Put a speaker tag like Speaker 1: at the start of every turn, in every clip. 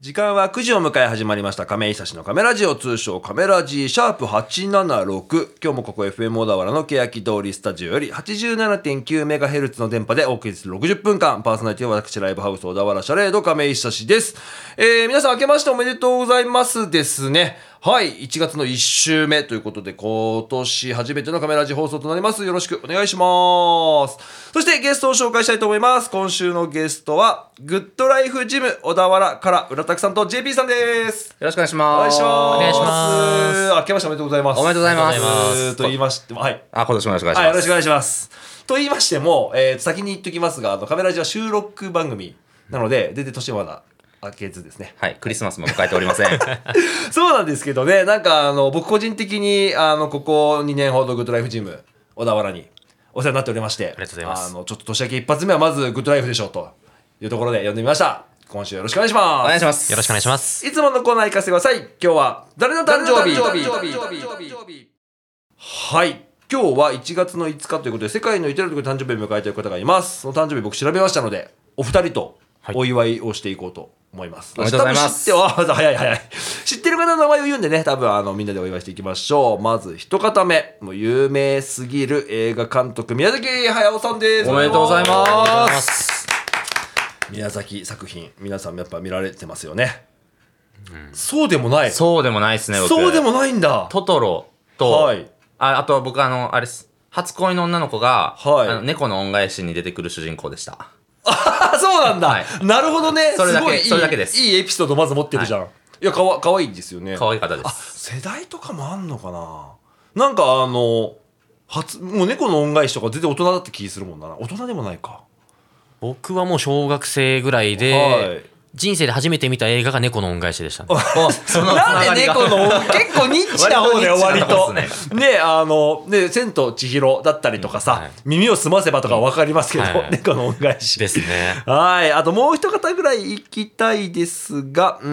Speaker 1: 時間は9時を迎え始まりました亀井久志のカメラジオ通称カメラジシャープ876今日もここ FM 小田原の欅通りスタジオより 87.9MHz の電波でお送りする60分間パーソナリティは私ライブハウス小田原シャレード亀井久志です、えー、皆さん明けましておめでとうございますですねはい1月の1週目ということで今年初めてのカメラジ放送となりますよろしくお願いしますそしてゲストを紹介したいと思います今週のゲストはグッドライフジム小田原から浦拓さんと JP さんです
Speaker 2: よろしくお願いし
Speaker 1: お願
Speaker 2: ま
Speaker 1: いし
Speaker 2: す。
Speaker 1: ます。
Speaker 3: お願いします
Speaker 1: 明けましておめでとうございます。
Speaker 2: おめでとうございま
Speaker 1: おめ
Speaker 2: す
Speaker 1: でとうございますと言いましても、はい。
Speaker 2: あ、今年もよろしくお願いします。
Speaker 1: はい、よろしくお願いします。と言いましても、えー先に言っときますが、あの、カメラジは収録番組なので、出て年はまだ明けずですね。
Speaker 2: はい、クリスマスも迎えており ません。
Speaker 1: そうなんですけどね、なんかあの、僕個人的に、あの、ここ2年ほどグッドライフジム、小田原にお世話になっておりまして、あり
Speaker 3: がとうございます
Speaker 1: の、ちょっと年明け一発目はまずグッドライフでしょうというところで呼んでみました。今週よろしくお願いします。
Speaker 2: お願いします。
Speaker 3: よろしくお願いします。
Speaker 1: いつものコーナー行かせてください。今日は誰の誕生日はい。今日は1月の5日ということで、世界の至る所で誕生日を迎えている方がいます。その誕生日僕調べましたので、お二人と
Speaker 3: はい
Speaker 1: お祝いをしていこうと思います。
Speaker 2: おめでとうございます
Speaker 1: 多分知って、あ、 早い早い。知ってる方の名前を言うんでね、多分あの、みんなでお祝いしていきましょう。まず一方目、もう有名すぎる映画監督、宮崎駿さんです。
Speaker 2: おめでとうございます。
Speaker 1: 宮崎作品、皆さんやっぱ見られてますよね。そうでもない。
Speaker 2: そうでもないですね、僕。
Speaker 1: そうでもないんだ。
Speaker 2: トトロと、
Speaker 1: はい
Speaker 2: ああとは僕、あの、あれです。初恋の女の子が、
Speaker 1: はい
Speaker 2: あの猫の恩返しに出てくる主人公でした。
Speaker 1: あ、そうなんだ。
Speaker 2: はい
Speaker 1: なるほどね。
Speaker 2: それだけ
Speaker 1: ごいいい
Speaker 2: それだけです
Speaker 1: いいエピソードまず持ってるじゃん。い、や、かわ、かわいいんですよね。
Speaker 2: 可愛い方で
Speaker 1: あ、
Speaker 2: す。
Speaker 1: 世代とかもあんのかななんかあの、初、もう猫の恩返しとか全然大人だって気するもんな。大人でもないか。
Speaker 3: 僕はもう小学生ぐらいで、
Speaker 1: はい
Speaker 3: 人生で初めて見た映画が猫の恩返しでしたね、
Speaker 2: おその
Speaker 1: なんで
Speaker 2: つが
Speaker 1: 猫の、結構ニッチな方だよ、割
Speaker 2: 割と
Speaker 1: と。
Speaker 2: ニッチな方
Speaker 1: ね
Speaker 2: で
Speaker 1: あの、ね、千と千尋だったりとかさ、
Speaker 3: うんはい
Speaker 1: 耳を澄ませばとかわかりますけど、
Speaker 3: はい
Speaker 1: 猫の恩返し。
Speaker 3: ですね。
Speaker 1: はい。あともう一方ぐらい行きたいですが、うー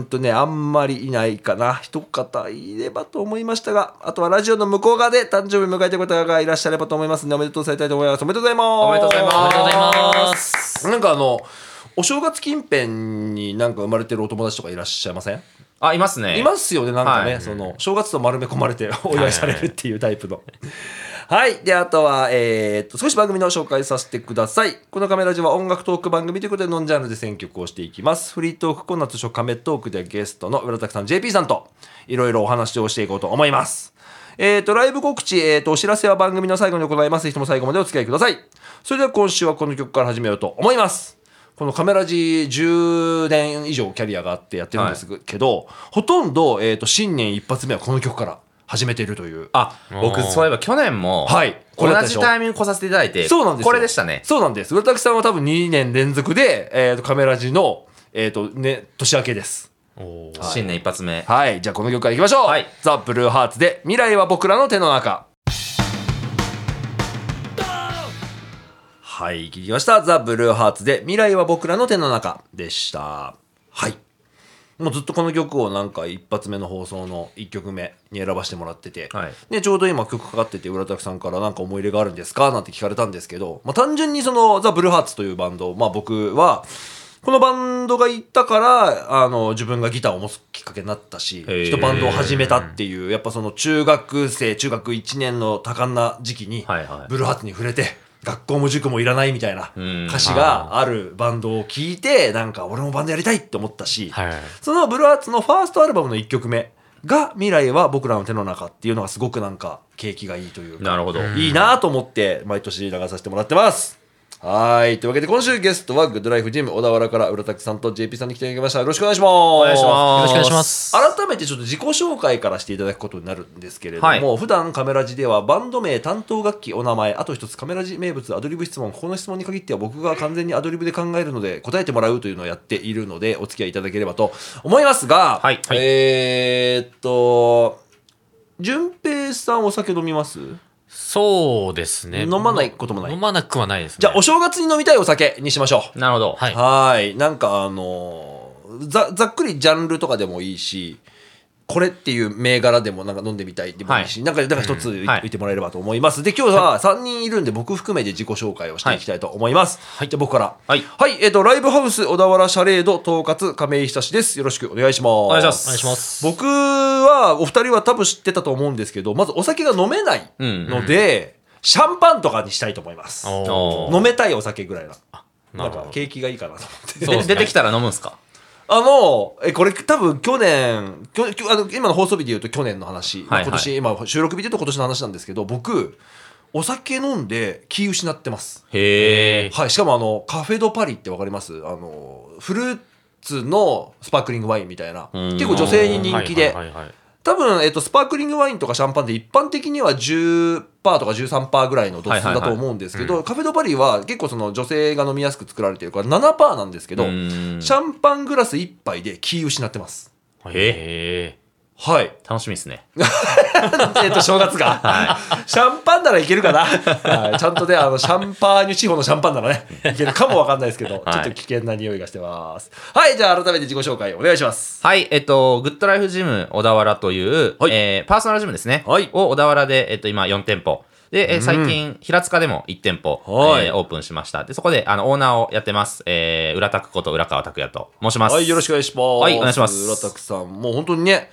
Speaker 1: んとね、あんまりいないかな。一方いればと思いましたが、あとはラジオの向こう側で誕生日迎えてる方がいらっしゃればと思いますので、おめでとうされたいと思います。おめでとうございます。。
Speaker 2: おめでとうございます
Speaker 3: おめでとうございますす。
Speaker 1: なんかあの、お正月近辺になんか生まれてるお友達とかいらっしゃいません
Speaker 2: あ、いますね。
Speaker 1: いますよね、なんかね、
Speaker 2: はい
Speaker 1: その、正月と丸め込まれて お祝いされるっていうタイプの。はい。で、あとは、えーっと、少し番組の紹介させてください。このカメラジは音楽トーク番組ということで、ノンジャンルで選曲をしていきます。フリートークコーナーと書カメトークではゲストの浦崎さん、JP さんと、いろいろお話をしていこうと思います。えーっと、ライブ告知、えーっと、お知らせは番組の最後に行います。ぜひとも最後までお付き合いください。それでは今週はこの曲から始めようと思います。このカメラジ10年以上キャリアがあってやってるんですけど、ほとんど、えー、と新年一発目はこの曲から始めているという
Speaker 2: あ、僕、そういえば去年も、
Speaker 1: はいこれだ
Speaker 2: 同
Speaker 1: ったでし
Speaker 2: じ
Speaker 1: ょ
Speaker 2: タイミング来させていただいて、
Speaker 1: そうなんですよ
Speaker 2: これでしたね。
Speaker 1: そうなんです浦田さんは多分2年連続で、えー、とカメラジの、えーとね、年明けです
Speaker 3: おー
Speaker 2: 新年一発目。
Speaker 1: はいじゃあこの曲からいきましょう、
Speaker 2: はい
Speaker 1: ザ・ブルーハーツで「未来は僕らの手の中」はい聞きました「ザ・ブルーハーツで「未来は僕らの手の中」でしたはいもうずっとこの曲をなんか一発目の放送の1曲目に選ばせてもらってて、
Speaker 2: はい
Speaker 1: でちょうど今曲かかってて浦田さんからなんか思い入れがあるんですかなんて聞かれたんですけど、まあ、単純にそのザ・ブルーハーツというバンド、まあ、僕はこのバンドがいたからあの自分がギターを持つきっかけになったし
Speaker 2: へー
Speaker 1: 一バンドを始めたっていうやっぱその中学生中学1年の多感な時期に
Speaker 2: はいはい
Speaker 1: ブルーハーツに触れて学校も塾もいらないみたいな
Speaker 2: うん
Speaker 1: 歌詞があるバンドを聴いてなんか俺もバンドやりたいって思ったし、
Speaker 3: はい。
Speaker 1: そのブルーアーツのファーストアルバムの1曲目が「未来は僕らの手の中」っていうのがすごくなんか景気がいいというか
Speaker 2: なるほど。
Speaker 1: いいなと思って毎年流させてもらってますはいというわけで今週ゲストはグッドライフジム小田原から浦田さんと JP さんに来ていただきましたよろしくお願いしますお
Speaker 2: お願いします。
Speaker 3: よろしくお願いします。
Speaker 1: 改めてちょっと自己紹介からしていただくことになるんですけれども、
Speaker 2: はい
Speaker 1: 普段カメラジではバンド名、担当楽器、お名前、あと一つカメラジ名物、アドリブ質問、この質問に限っては僕が完全にアドリブで考えるので答えてもらうというのをやっているのでお付き合いいただければと思いますが、
Speaker 2: はいはい
Speaker 1: えーっと、淳平さんお酒飲みます
Speaker 3: そうですね。
Speaker 1: 飲まないこともない
Speaker 3: 飲まなくはないですね。
Speaker 1: じゃあお正月に飲みたいお酒にしましょう。
Speaker 2: なるほど。
Speaker 3: はい。
Speaker 1: はい。なんかあのーざ、ざっくりジャンルとかでもいいし、これっていう銘柄でもなんか飲んでみたいでもいいし、なんかだから一つ
Speaker 2: うん
Speaker 1: 言
Speaker 2: はい
Speaker 1: ってもらえればと思います。で、今日は3人いるんで僕含めて自己紹介をしていきたいと思います。はい。じゃあ僕から。
Speaker 2: はい
Speaker 1: はい。えっと、ライブハウス小田原シャレード統括亀井久志です。よろしくお願いします。お
Speaker 2: 願いします
Speaker 3: お願いします。
Speaker 1: 僕はお二人は多分知ってたと思うんですけどまずお酒が飲めないので、シャンパンとかにしたいと思います
Speaker 3: おー
Speaker 1: 飲めたいお酒ぐらいなな
Speaker 3: な
Speaker 1: ん
Speaker 3: るほど
Speaker 1: か景気がいいかなと思って
Speaker 2: で出てきたら飲むんすか
Speaker 1: あのえこれ多分去年きょきょあの今の放送日で言うと去年の話、
Speaker 2: はいはい
Speaker 1: 今年今収録日で言うと今年の話なんですけど僕お酒飲んで気失ってます
Speaker 2: へえ。
Speaker 1: はい、しかもあのカフェ・ド・パリってわかりますあのフルーツのスパークリングワインみたいな結構女性に人気で
Speaker 3: はいはいはいはい
Speaker 1: 多分、えっと、スパークリングワインとかシャンパンって一般的には10%とか13%ぐらいの度数だと思うんですけど、カフェドパリは結構その女性が飲みやすく作られてるから7%なんですけど、
Speaker 2: うん
Speaker 1: シャンパングラス1杯で気失ってます。
Speaker 3: へえ。
Speaker 1: はい。
Speaker 2: 楽しみですね。
Speaker 1: えっと、正月が。シャンパンならいけるかな。はいちゃんとね、あの、シャンパーニュ地方のシャンパンな らね、いけるかもわかんないですけど、
Speaker 2: はい
Speaker 1: ちょっと危険な匂いがしてます。はい、じゃあ改めて自己紹介お願いします。
Speaker 2: はい、えっと、グッドライフジム小田原という、
Speaker 1: はい
Speaker 2: えーパーソナルジムですね。
Speaker 1: はい
Speaker 2: を小田原で、えっと、今4店舗。で、えー最近、平塚でも1店舗、
Speaker 1: はい
Speaker 2: えーオープンしました。で、そこで、あの、オーナーをやってます。えー、浦拓こと浦川拓也と申します。
Speaker 1: はい、よろしくお願いします。
Speaker 2: はいお願いします
Speaker 1: 浦田さん、もう本当にね、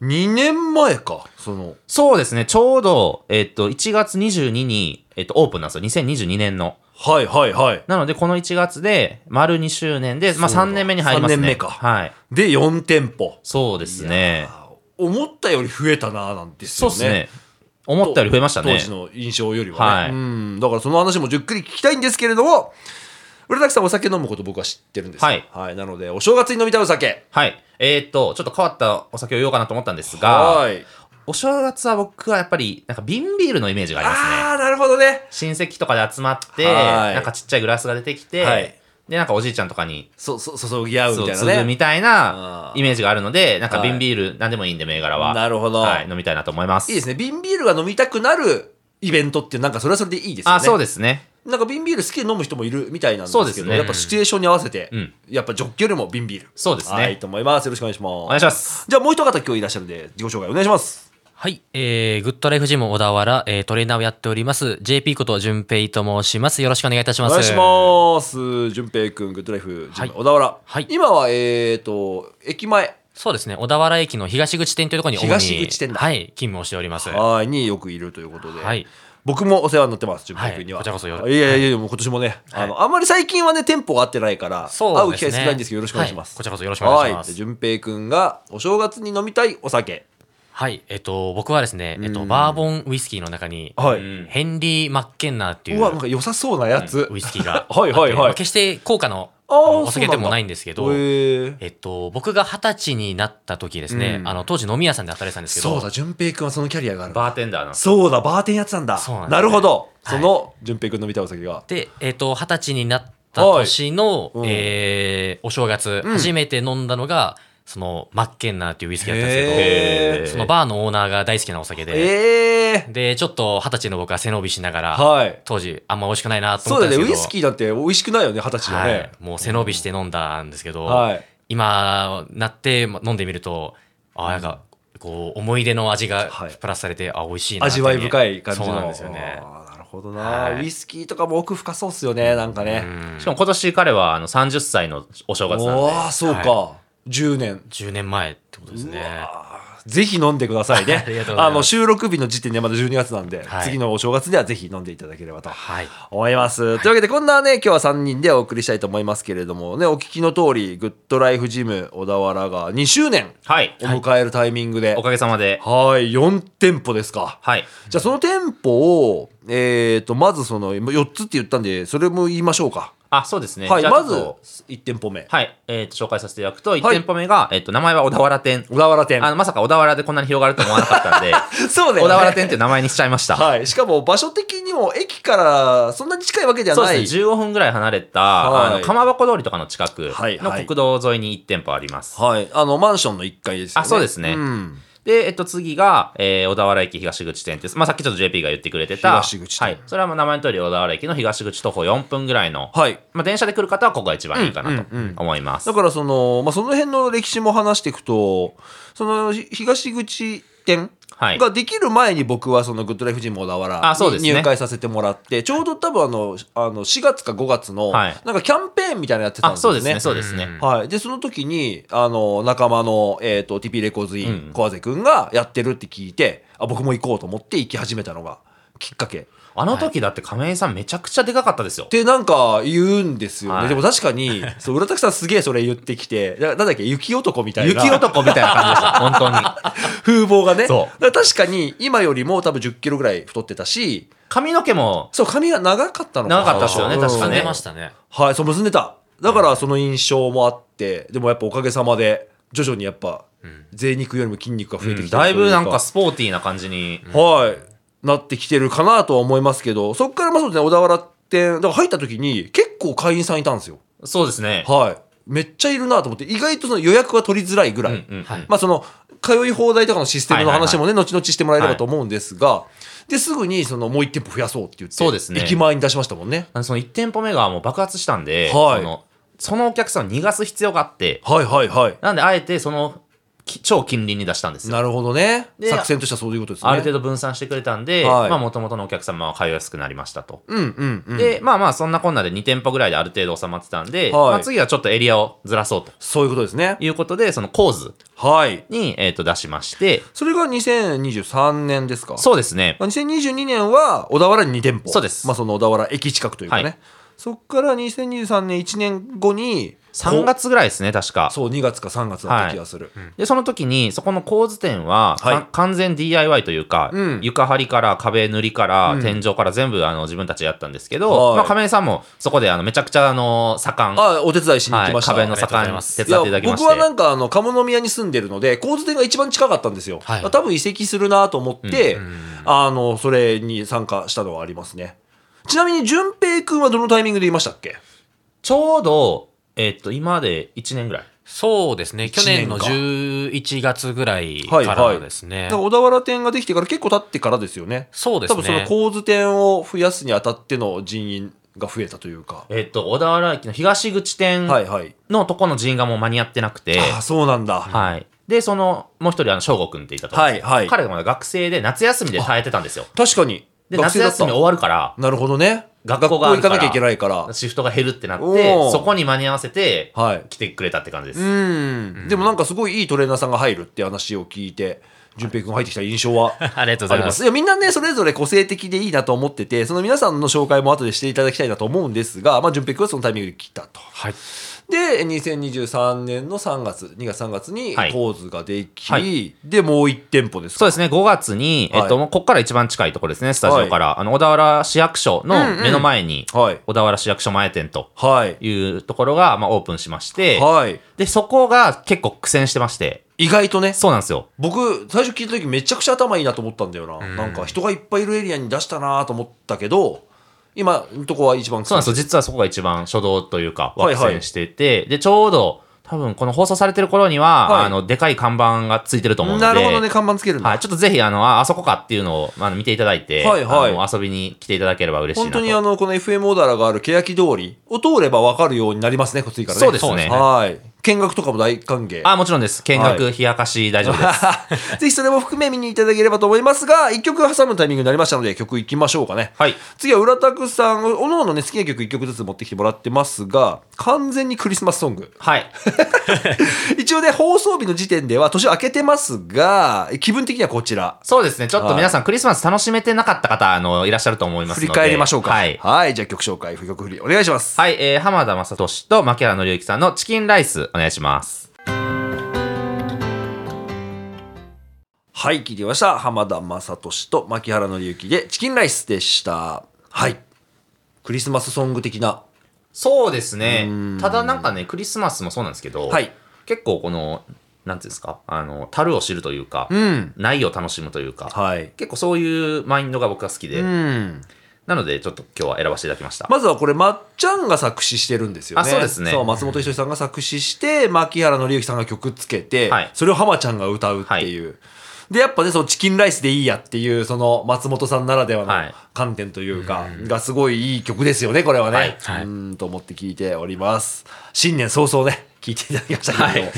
Speaker 1: 2年前か、その、
Speaker 2: そうですね、ちょうど、えっと、1月22に、えっと、オープンなんですよ。2022年の。
Speaker 1: はいはいはい。
Speaker 2: なので、この1月で、丸2周年で、まあ
Speaker 1: そうだ
Speaker 2: 3年目に入りますね。
Speaker 1: 三年目か
Speaker 2: はい。
Speaker 1: で、4店舗。
Speaker 2: そうですね。
Speaker 1: あ思ったより増えたな、なんです
Speaker 2: そう
Speaker 1: よ
Speaker 2: で
Speaker 1: ね。
Speaker 2: すね。思ったより増えましたね。
Speaker 1: 当時の印象よりはね。
Speaker 2: はい
Speaker 1: うん。だからその話もじっくり聞きたいんですけれども、浦崎さんお酒飲むこと僕は知ってるんですよ
Speaker 2: はい
Speaker 1: なので、お正月に飲みたいお酒。
Speaker 2: はい。えーっと、ちょっと変わったお酒を言おうかなと思ったんですが、
Speaker 1: はい。
Speaker 2: お正月は僕はやっぱり、なんか瓶ビールのイメージがありますね。
Speaker 1: あー、なるほどね。
Speaker 2: 親戚とかで集まって、
Speaker 1: はい
Speaker 2: なんかちっちゃいグラスが出てきて、
Speaker 1: はい
Speaker 2: で、なんかおじいちゃんとかに、
Speaker 1: そ、そ、注ぎ合う
Speaker 2: そ
Speaker 1: み
Speaker 2: う、
Speaker 1: た
Speaker 2: 継ぐ
Speaker 1: いなね。
Speaker 2: みたいな
Speaker 1: あー
Speaker 2: イメージがあるので、なんか
Speaker 1: はい
Speaker 2: 瓶ビール、なんでもいいんで、銘柄は。
Speaker 1: なるほど
Speaker 2: はい、飲みたいなと思います。
Speaker 1: いいですね。瓶ビールが飲みたくなるイベントって、なんかそれはそれでいいですよね。
Speaker 2: あ、そうですね。
Speaker 1: なんか瓶ビール好きで飲む人もいるみたいなんです
Speaker 2: そうで
Speaker 1: け
Speaker 2: す
Speaker 1: ど、
Speaker 2: ね
Speaker 1: やっぱシチュエーションに合わせて、
Speaker 2: うん
Speaker 1: やっぱジョッキよりも瓶ビール。
Speaker 2: そうですね
Speaker 1: はい、と思います。よろしくお願いします。お
Speaker 2: お願いします。
Speaker 1: じゃあもう一方今日いらっしゃるんで、自己紹介お願いします。
Speaker 3: はい、えー、グッドライフジム小田原、えー、トレーナーをやっております、JP こと淳平と申します。よろしくお願いいたし
Speaker 1: お
Speaker 3: ます。
Speaker 1: 願いします。淳平くん、グッドライフ、ジム
Speaker 3: はい
Speaker 1: 小田原。
Speaker 3: はい
Speaker 1: 今は、えっ、と、駅前。
Speaker 3: そうですね、小田原駅の東口店というところに主に
Speaker 1: 東口店だ
Speaker 3: はい、勤務をしております。は
Speaker 1: はい、によくいるということで。
Speaker 3: い。
Speaker 1: 僕もお世話になってます、淳平君には。
Speaker 3: はいこちらこそよろ
Speaker 1: いやいやいや、もう今年もね、あの、あんまり最近はね、店舗が合ってないから、
Speaker 3: そう
Speaker 1: 会う
Speaker 3: で
Speaker 1: 機
Speaker 3: すね
Speaker 1: 会少ないんですけど、よろしくお願いします。
Speaker 3: はいこちらこそよろしくお願いします
Speaker 1: はじゃあ淳平君がお正月に飲みたいお酒。
Speaker 3: はい、えっと、僕はですね、えっと、バーボンウイスキーの中に、
Speaker 1: はい。
Speaker 3: ヘンリー・マッケンナーっていう
Speaker 1: うわなんか良さそうなやつ、。
Speaker 3: ウイスキーが
Speaker 1: はいはいはい
Speaker 3: あってまあ決して高価の
Speaker 1: あー
Speaker 3: あのお
Speaker 1: そうな
Speaker 3: 酒
Speaker 1: んだ
Speaker 3: でもないんですけど、
Speaker 1: へえ
Speaker 3: えっと、僕が二十歳になった時ですね、
Speaker 1: うん
Speaker 3: あの、当時飲み屋さんで働いてたんですけ
Speaker 1: そう
Speaker 3: ど、
Speaker 1: だ淳平君はそのキャリアがある
Speaker 2: バーテンダーなんです。
Speaker 1: そうだバーテンやってたんだ
Speaker 3: そうなんです
Speaker 1: なるほど、
Speaker 3: はい
Speaker 1: その淳平君飲みたいお酒が
Speaker 3: で、えっと、二十歳になった年の、
Speaker 1: はいうん
Speaker 3: えーお正月、
Speaker 1: うん
Speaker 3: 初めて飲んだのが、その、マッケンナーっていうウイスキーだったん
Speaker 1: へ
Speaker 3: で
Speaker 1: ー
Speaker 3: すけど、そのバーのオーナーが大好きなお酒で、
Speaker 1: ええ
Speaker 3: で、ちょっと二十歳の僕は背伸びしながら、
Speaker 1: はい
Speaker 3: 当時あんま美味しくないなと
Speaker 1: そ
Speaker 3: 思
Speaker 1: う
Speaker 3: っ
Speaker 1: だ
Speaker 3: たん
Speaker 1: よ
Speaker 3: です
Speaker 1: ねウイス
Speaker 3: けど、
Speaker 1: キーなんて美味しくないよね二十歳の
Speaker 3: は
Speaker 1: ね
Speaker 3: い、もう背伸びして飲んだんですけど、
Speaker 1: はい
Speaker 3: 今なってま飲んでみるとあなんかこう思い出の味が
Speaker 1: はい
Speaker 3: プラスされて、あ美味しいなって
Speaker 1: 味わい深い感じの
Speaker 3: そうなんですよね
Speaker 1: あーなるほどな、
Speaker 3: はい
Speaker 1: ウイスキーとかも奥深そうっすよねなんかね、
Speaker 2: しかも今年彼はあの30歳のお正月なんで
Speaker 1: お、ーそうか、10年
Speaker 3: 10年前ってことですね
Speaker 1: ぜひ飲んでくださいね
Speaker 3: ありがとうござい
Speaker 1: あ
Speaker 3: ます
Speaker 1: の収録日の時点でまだ12月なんで、
Speaker 3: はい
Speaker 1: 次のお正月にはぜひ飲んでいただければと
Speaker 3: はい
Speaker 1: 思います。というわけで、こんなね、今日は3人でお送りしたいと思いますけれどもね、お聞きの通り、グッドライフジム小田原が2周年
Speaker 2: はい
Speaker 1: を。迎えるタイミングで、
Speaker 2: お
Speaker 1: は
Speaker 2: かげさまで。
Speaker 1: い、4店舗ですか。
Speaker 2: はい。
Speaker 1: じゃあ、その店舗を、えっ、と、まずその、4つって言ったんで、それも言いましょうか。
Speaker 2: あ、そうですね。
Speaker 1: はい、
Speaker 2: じゃあ
Speaker 1: ま
Speaker 2: ち
Speaker 1: ず
Speaker 2: ょっと
Speaker 1: 1店舗目。
Speaker 2: はい。えっと、紹介させていただくと、1店舗目が、えっと、名前は小田原店。
Speaker 1: 小田原店。
Speaker 2: あの、まさか小田原でこんなに広がると思わなかったんで、
Speaker 1: そうだよね
Speaker 2: 小田原店っていう名前にしちゃいました。
Speaker 1: はい、しかも場所的にも駅からそんなに近いわけじゃ
Speaker 2: そう
Speaker 1: な
Speaker 2: で
Speaker 1: い。
Speaker 2: すね。15分ぐらい離れた、
Speaker 1: はい
Speaker 2: あの、釜箱通りとかの近く
Speaker 1: はいは
Speaker 2: の
Speaker 1: い
Speaker 2: 国道沿いに1店舗あります。
Speaker 1: はい、あのマンションの1階ですよね。
Speaker 2: あそうですね
Speaker 1: うん
Speaker 2: で、えっと、次が、えー小田原駅東口店です。まあ、さっきちょっと JP が言ってくれてた。
Speaker 1: 東口店
Speaker 2: はい。それはもう名前の通り小田原駅の東口徒歩4分ぐらいの。
Speaker 1: はい。
Speaker 2: まあ、電車で来る方はここが一番いいかなと
Speaker 1: うんうんうん
Speaker 2: 思います。
Speaker 1: だからその、まあ、その辺の歴史も話していくと、そのひ東口店
Speaker 2: はい
Speaker 1: ができる前に僕はそのグッドライフジム小田原
Speaker 2: あそうです
Speaker 1: に
Speaker 2: ね
Speaker 1: 入会させてもらって、ちょうど多分あの、あの4月か5月の、
Speaker 2: はい
Speaker 1: なんかキャンペーンみたいなのやってたん
Speaker 2: あ、
Speaker 1: です
Speaker 2: そうで
Speaker 1: よ
Speaker 2: すね、
Speaker 1: ね。
Speaker 2: そうですね。
Speaker 3: うん
Speaker 1: はい、でその時にあの仲間の、えー、と TP レコーズイ
Speaker 2: う
Speaker 1: ン
Speaker 2: ん
Speaker 1: 小畔君がやってるって聞いて、あ僕も行こうと思って行き始めたのがきっかけ
Speaker 2: あの時だって亀井さんめちゃくちゃでかかったですよ
Speaker 1: っ。てなんか言うんですよね、
Speaker 2: はい
Speaker 1: でも確かにそう浦滝さんすげえそれ言ってきてななんだっけ雪男みたいな
Speaker 2: 雪男みたいな感じでした、本当に。
Speaker 1: 風貌がね
Speaker 2: そ
Speaker 1: だから確かに今よりも多分1 0キロぐらい太ってたし
Speaker 2: 髪の毛も、
Speaker 1: そう髪が長かったのかな
Speaker 2: 長かったですよね
Speaker 1: うん
Speaker 2: 確か
Speaker 3: 進ん
Speaker 2: ね
Speaker 3: でましたね。
Speaker 1: はいそう結んでただからその印象もあってでもやっぱおかげさまで徐々にやっぱ贅肉よりも筋肉が増えてきてるという
Speaker 2: だいぶなんかスポーティーな感じに。
Speaker 1: はい、なってきてるかなとは思いますけど、そこからまあそうですね、小田原店、だから入った時に結構会員さんいたんですよ。
Speaker 2: そうですね。
Speaker 1: はい。めっちゃいるなと思って、意外とその予約が取りづらいぐらい。
Speaker 2: うんうん
Speaker 3: はい
Speaker 1: まあその、通い放題とかのシステムの話もね、後々してもらえればと思うんですが、で、すぐにその、もう一店舗増やそうって言って、
Speaker 2: そうですね
Speaker 1: 駅前に出しましたもんね。
Speaker 2: あのその1店舗目がもう爆発したんで、
Speaker 1: はい
Speaker 2: そのそのお客さんを逃がす必要があって、
Speaker 1: はいはいはい。
Speaker 2: なんであえてそのき超近隣に出したんですよ。
Speaker 1: なるほどね。
Speaker 2: で
Speaker 1: 作戦としてはそういうことですね。
Speaker 2: ある程度分散してくれたんで、
Speaker 1: はい
Speaker 2: まあ元々のお客様は通いやすくなりましたと。
Speaker 1: うんうんうん。
Speaker 2: で、まあまあそんなこんなで2店舗ぐらいである程度収まってたん
Speaker 1: は
Speaker 2: で、
Speaker 1: い
Speaker 2: まあ次はちょっとエリアをずらそうと
Speaker 1: そういうことですね。
Speaker 2: いうことで、その構図
Speaker 1: はい。
Speaker 2: に、えー、と出しまして、
Speaker 1: それが2023年ですか
Speaker 2: そうですね。
Speaker 1: まあ2022年は小田原に2店舗
Speaker 2: そうです
Speaker 1: まあ、その小田原駅近くというかね、
Speaker 2: はい
Speaker 1: そこから2023年1年後に
Speaker 2: 3月ぐらいですね、確か。
Speaker 1: そう2月か3月だった気がする、
Speaker 2: で、その時に、そこの構図展は、
Speaker 1: はい
Speaker 2: か完全 DIY というか、
Speaker 1: うん
Speaker 2: 床張りから壁塗りから、
Speaker 1: うん
Speaker 2: 天井から全部あの自分たちでやったんですけど、
Speaker 1: はい
Speaker 2: まあ、亀井さんもそこであのめちゃくちゃあの左官、
Speaker 1: あお手伝いしに行
Speaker 2: は
Speaker 1: き
Speaker 2: い、
Speaker 1: ました、
Speaker 2: 壁の
Speaker 3: ありがとうござい
Speaker 2: 左官
Speaker 3: ます
Speaker 2: 手伝っていただきまして。
Speaker 1: いや僕はなんかあの鴨宮に住んでるので構図店が一番近かったんですよ、
Speaker 3: はい
Speaker 1: 多分移籍するなと思って、
Speaker 3: ん
Speaker 1: あのそれに参加したのはありますねちなみに淳平君はどのタイミングで言いましたっけ
Speaker 2: ちょうど、えっと、今まで1年ぐらい。
Speaker 3: そうですね。去年の
Speaker 1: 一
Speaker 3: 11月ぐらい
Speaker 1: はい
Speaker 3: からですね
Speaker 1: だか。ら小田原店ができてから結構経ってからですよね
Speaker 3: そうです
Speaker 1: 多分その
Speaker 3: ね。
Speaker 1: 構図店を増やすにあたっての人員が増えたというか、
Speaker 2: えっと、小田原駅の東口店
Speaker 1: はいはい、
Speaker 2: のとこの人員がもう間に合ってなくて、
Speaker 1: ああそうなんだ、
Speaker 2: はい。で、その、もう一人、あの、翔吾くんっていたと思うんですけど
Speaker 1: はいはい
Speaker 2: 彼がまだ学生で夏休みで耐えてたんですよ。
Speaker 1: 確かに
Speaker 2: で、夏休み終わるから、
Speaker 1: なるほどね
Speaker 2: 学校があ
Speaker 1: 行
Speaker 2: る
Speaker 1: か
Speaker 2: か
Speaker 1: な
Speaker 2: ら
Speaker 1: きゃいけないから
Speaker 2: シフトが減るってなっ
Speaker 1: お
Speaker 2: て
Speaker 1: ー、
Speaker 2: そこに間に合わせて、
Speaker 1: はい
Speaker 2: 来てくれたって感じです。
Speaker 1: うん、でもなんかすごいいいトレーナーさんが入るって話を聞いて淳平君入ってきた印象 は
Speaker 3: ありがとうご
Speaker 1: あ
Speaker 3: ざい
Speaker 1: り
Speaker 3: ま。
Speaker 1: ますすいやみんなねそれぞれ個性的でいいなと思っててその皆さんの紹介も後でしていただきたいなと思うんですが、まあ、淳平君はそのタイミングで来たと
Speaker 3: はい。
Speaker 1: で2023年の3月2月3月に
Speaker 2: はい
Speaker 1: 構図ができ、
Speaker 2: は
Speaker 1: でもう1店舗ですか
Speaker 2: そうですね、5月に、
Speaker 1: はい
Speaker 2: えっと、もうここから一番近いところですね、スタジオから。あの、小田原市役所の目の前に、
Speaker 1: はい
Speaker 2: 小田原市役所前店と
Speaker 1: はい
Speaker 2: いうところが、まあ、オープンしまして、
Speaker 1: はい
Speaker 2: で、そこが結構苦戦してまして、
Speaker 1: 意外とね
Speaker 2: そうなんですよ。
Speaker 1: 僕最初聞いた時めちゃくちゃ頭いいなと思ったんだよな、なんか人がいっぱいいるエリアに出したなと思ったけど今のとこは一番
Speaker 2: そうなんですよ。実はそこが一番初動というか、
Speaker 1: はいはい
Speaker 2: 枠線してて、で、ちょうど、多分この放送されてる頃には、
Speaker 1: はい
Speaker 2: あの、でかい看板がついてると思うので、
Speaker 1: なるほどね看板つけるんだ、
Speaker 2: はい、ちょっとぜひ、あの、あ、あそこかっていうのを、まあ、見ていただいて、
Speaker 1: はいはい
Speaker 2: あの遊びに来ていただければ嬉しい
Speaker 1: 本
Speaker 2: なと。
Speaker 1: 当にあのこの FM 小田原がある欅通りを通れば分かるようになりますねこっちからね
Speaker 2: そうですね
Speaker 1: はい見学とかも大歓迎
Speaker 2: あ、もちろんです。見学、
Speaker 1: は
Speaker 2: 冷やかし、大丈夫 です。
Speaker 1: ぜひそれも含め見にいただければと思いますが1曲挟むタイミングになりましたので曲いきましょうかね
Speaker 2: はい。
Speaker 1: 次は浦田くさんおのおのね好きな曲1曲ずつ持ってきてもらってますが完全にクリスマスソング
Speaker 2: はい。
Speaker 1: 一応ね、放送日の時点では年明けてますが、気分的にはこちら。
Speaker 2: そうですね。ちょっと皆さん、クリスマス楽しめてなかった方、あの、いらっしゃると思いま
Speaker 1: 振
Speaker 2: すので。
Speaker 1: り返りましょうか。
Speaker 2: はい。
Speaker 1: じゃあ曲紹介、曲振り、お願いします。
Speaker 2: はい、えー、浜田雅俊と牧原紀之さんのチキンライス、お願いします。
Speaker 1: はい、聞いてみました。浜田雅俊と牧原紀之でチキンライスでした。はい。クリスマスソング的な。
Speaker 2: そうですね。ただなんかね、クリスマスもそうなんですけど、
Speaker 1: はい
Speaker 2: 結構この、なんていうんですか、あの、樽を知るというか、
Speaker 1: うん。
Speaker 2: ないを楽しむというか、
Speaker 1: はい。
Speaker 2: 結構そういうマインドが僕は好きで、
Speaker 1: うん。
Speaker 2: なのでちょっと今日は選ばせていただきました。
Speaker 1: まずはこれ、まっちゃんが作詞してるんですよね。
Speaker 2: あそうですね
Speaker 1: そう、松本一人さんが作詞して、牧原紀之さんが曲つけて、
Speaker 2: はい
Speaker 1: それを浜ちゃんが歌うっていう。で、やっぱね、そのチキンライスでいいやっていう、その松本さんならでは
Speaker 2: は
Speaker 1: の
Speaker 2: い
Speaker 1: 観点というか、がすごいいい曲ですよね、これはね。
Speaker 2: はい
Speaker 3: はいう
Speaker 1: ーん、と思って聞いております。新年早々ね、聞いていただきましたけれども。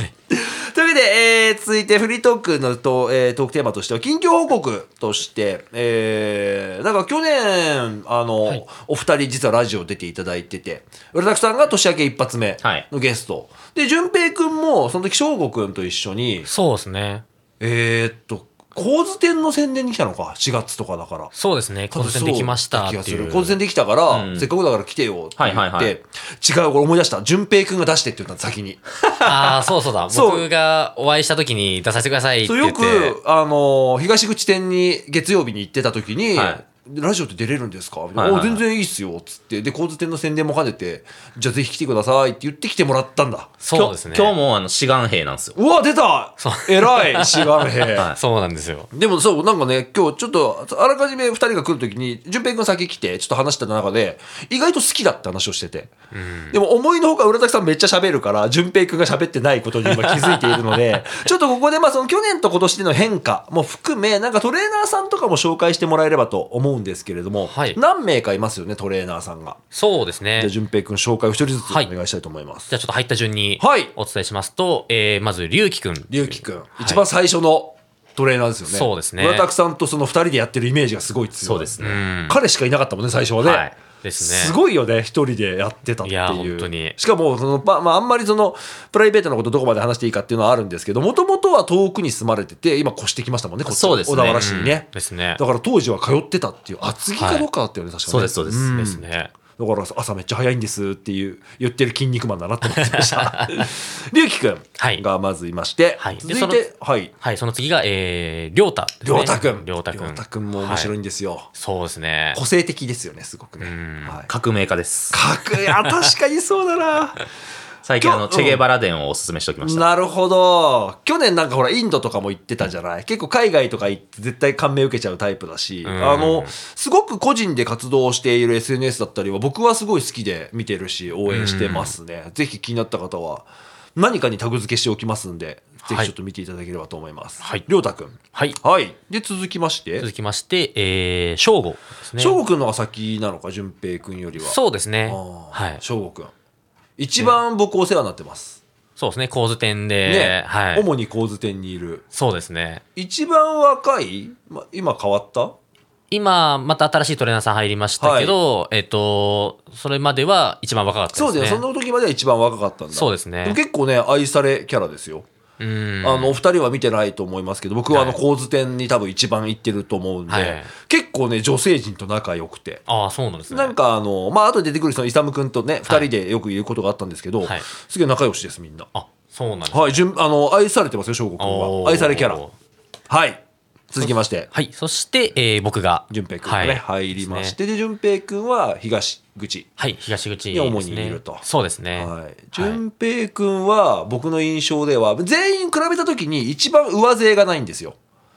Speaker 1: というわけで、えー続いてフリートークのと、えートークテーマとしては、近況報告として、えーなんか去年、あの、
Speaker 3: はい
Speaker 1: お二人実はラジオ出ていただいてて、浦田さんが年明け一発目
Speaker 2: はい
Speaker 1: のゲスト。で、淳平くんも、その時翔吾くんと一緒に、
Speaker 3: そうですね。
Speaker 1: えーっと、構図展の宣伝に来たのか、4月とかだから。
Speaker 3: そうですね。当選できましたって
Speaker 1: 多分そうだ気が
Speaker 3: い
Speaker 1: する
Speaker 3: う。
Speaker 1: 高知戦できたから、
Speaker 2: うん
Speaker 1: せっかくだから来てよって言って、
Speaker 2: はいはいはい
Speaker 1: 違う、これ思い出した。淳平くんが出してって言ったの先に。
Speaker 3: ああ、そうそう だ。
Speaker 1: そう
Speaker 3: 僕がお会いした時に出させてくださいって
Speaker 1: そう
Speaker 3: 言
Speaker 1: よ
Speaker 3: って。
Speaker 1: く、あのー東口店に月曜日に行ってた時に、
Speaker 2: はい
Speaker 1: ラジオって出れるんですかみたいな、
Speaker 2: はいはいはい
Speaker 1: お全然いいっすよっつってで交通店の宣伝も兼ねてじゃあぜひ来てくださいって言って来てもらったんだ
Speaker 3: そうですね。
Speaker 2: 今日今日もあの志願兵なんですよ。
Speaker 1: うわ出た偉い志願兵、
Speaker 2: は
Speaker 3: そうなんですよ。
Speaker 1: でもそう、なんかね、今日ちょっと、あらかじめ2人が来るときに、淳平君先来て、ちょっと話してた中で、意外と好きだって話をしてて。でも思いのほか、浦崎さんめっちゃ喋るから、淳平君が喋ってないことに今気づいているの で、ちょっとここで、まあその去年と今年での変化も含め、なんかトレーナーさんとかも紹介してもらえればと思うんですけれども、
Speaker 3: はい
Speaker 1: 何名かいますよね、トレーナーさんが。
Speaker 3: そうですね。
Speaker 1: じゃあ、
Speaker 3: じ
Speaker 1: 淳平君紹介を一人ずつお
Speaker 3: はい
Speaker 1: 願いしたいと思います。
Speaker 3: ゃあちょっと入った順に
Speaker 1: はい
Speaker 3: お伝えしますと、えーまず、龍樹くん。
Speaker 1: 龍樹君、
Speaker 3: い
Speaker 1: 一番最初のトレーナーですよね。
Speaker 3: そうですね
Speaker 1: 浦田さんとその2人でやってるイメージがすごい強い。
Speaker 2: そうですね。
Speaker 3: うん。
Speaker 1: 彼しかいなかったもんね最初はね、
Speaker 2: はい
Speaker 3: ですね。
Speaker 1: すごいよね一人でやってたっていう
Speaker 3: いや本当に
Speaker 1: しかもその、まあまあ、あんまりそのプライベートなことどこまで話していいかっていうのはあるんですけどもともとは遠くに住まれてて今越してきましたもんねこっち
Speaker 2: そうです
Speaker 1: 小
Speaker 2: ね
Speaker 1: 田原市にね、
Speaker 3: うんですね
Speaker 1: だから当時は通ってたっていう厚木かどうかだったよね、確かに
Speaker 2: そうですそうです
Speaker 1: ん
Speaker 3: ですね。
Speaker 1: だから朝めっちゃ早いんですっていう言ってる筋肉マンだなと思ってました 龍樹君
Speaker 3: はい
Speaker 1: がまずいまして、
Speaker 3: はいで
Speaker 1: 続いてはい
Speaker 3: はい、その次が、えー、りょうたです
Speaker 1: 亮
Speaker 3: ね。
Speaker 1: 太君
Speaker 3: りょうたくん。
Speaker 1: 亮太君も面白い
Speaker 3: は
Speaker 1: んですよ、
Speaker 3: そうですね。
Speaker 1: 個性的ですよねすごくね、
Speaker 3: うん
Speaker 1: はい
Speaker 2: 革命家です。
Speaker 1: かっこいいあ確かにそうだな
Speaker 2: 最近あ
Speaker 1: 今
Speaker 2: の、
Speaker 1: 日
Speaker 2: チェゲバラ伝をおすすめしておきました。
Speaker 1: なるほど去年なんかほらインドとかも行ってたじゃない結構海外とか行って絶対感銘受けちゃうタイプだし、
Speaker 3: うん
Speaker 1: あのすごく個人で活動している SNS だったりは僕はすごい好きで見てるし応援してますね、ぜひ気になった方は何かにタグ付けしておきますんでぜひちょっと見ていただければと思います、
Speaker 3: はい
Speaker 1: りょうたくん
Speaker 3: はい。
Speaker 1: はいで続きまして
Speaker 3: 続きまして、えー、しょうごですね。
Speaker 1: 翔吾くんのが先なのか淳平くんよりは
Speaker 3: そうですね。
Speaker 1: あ
Speaker 3: は
Speaker 1: ー
Speaker 3: い。
Speaker 1: 翔吾くん一番僕お世話になってます、
Speaker 3: そうですね。構図展で、
Speaker 1: ね、
Speaker 3: はい。
Speaker 1: 主に構図店にいる
Speaker 3: そうですね。
Speaker 1: 一番若い、ま、今変わった
Speaker 3: 今、また新しいトレーナーさん入りましたけど、えっ、と、それまでは一番若かったです
Speaker 1: そ
Speaker 3: ね。
Speaker 1: うだよ、その時までは一番若かったんだ
Speaker 3: そうですね
Speaker 1: も結構ね愛されキャラですよ、
Speaker 3: うん。
Speaker 1: あのお二人は見てないと思いますけど僕はあの
Speaker 3: はい
Speaker 1: 構図店に多分一番行ってると思うんで、
Speaker 3: はい
Speaker 1: 結構ね女性陣と仲良くて
Speaker 3: ああ、そうなんですね。
Speaker 1: なんかあのまあ後で出てくるそのイサム君とね二人でよく言うことがあったんですけど、
Speaker 3: はい
Speaker 1: すげえ仲良しですみんな
Speaker 3: あ、そうなんですね。
Speaker 1: はい順あの愛されてますよ翔吾君
Speaker 3: おー
Speaker 1: は愛されキャラはい続きまして
Speaker 3: はい。そして、えー、僕が。
Speaker 1: 淳平君がね、入りまし
Speaker 3: で
Speaker 1: て、で、淳平君は東口。
Speaker 3: すねはい。東口
Speaker 1: に
Speaker 3: です、ね。
Speaker 1: 主にいると
Speaker 3: そうですね。
Speaker 1: はい。淳平君は、僕の印象では、全員比べたときに一番上背がないんですよ。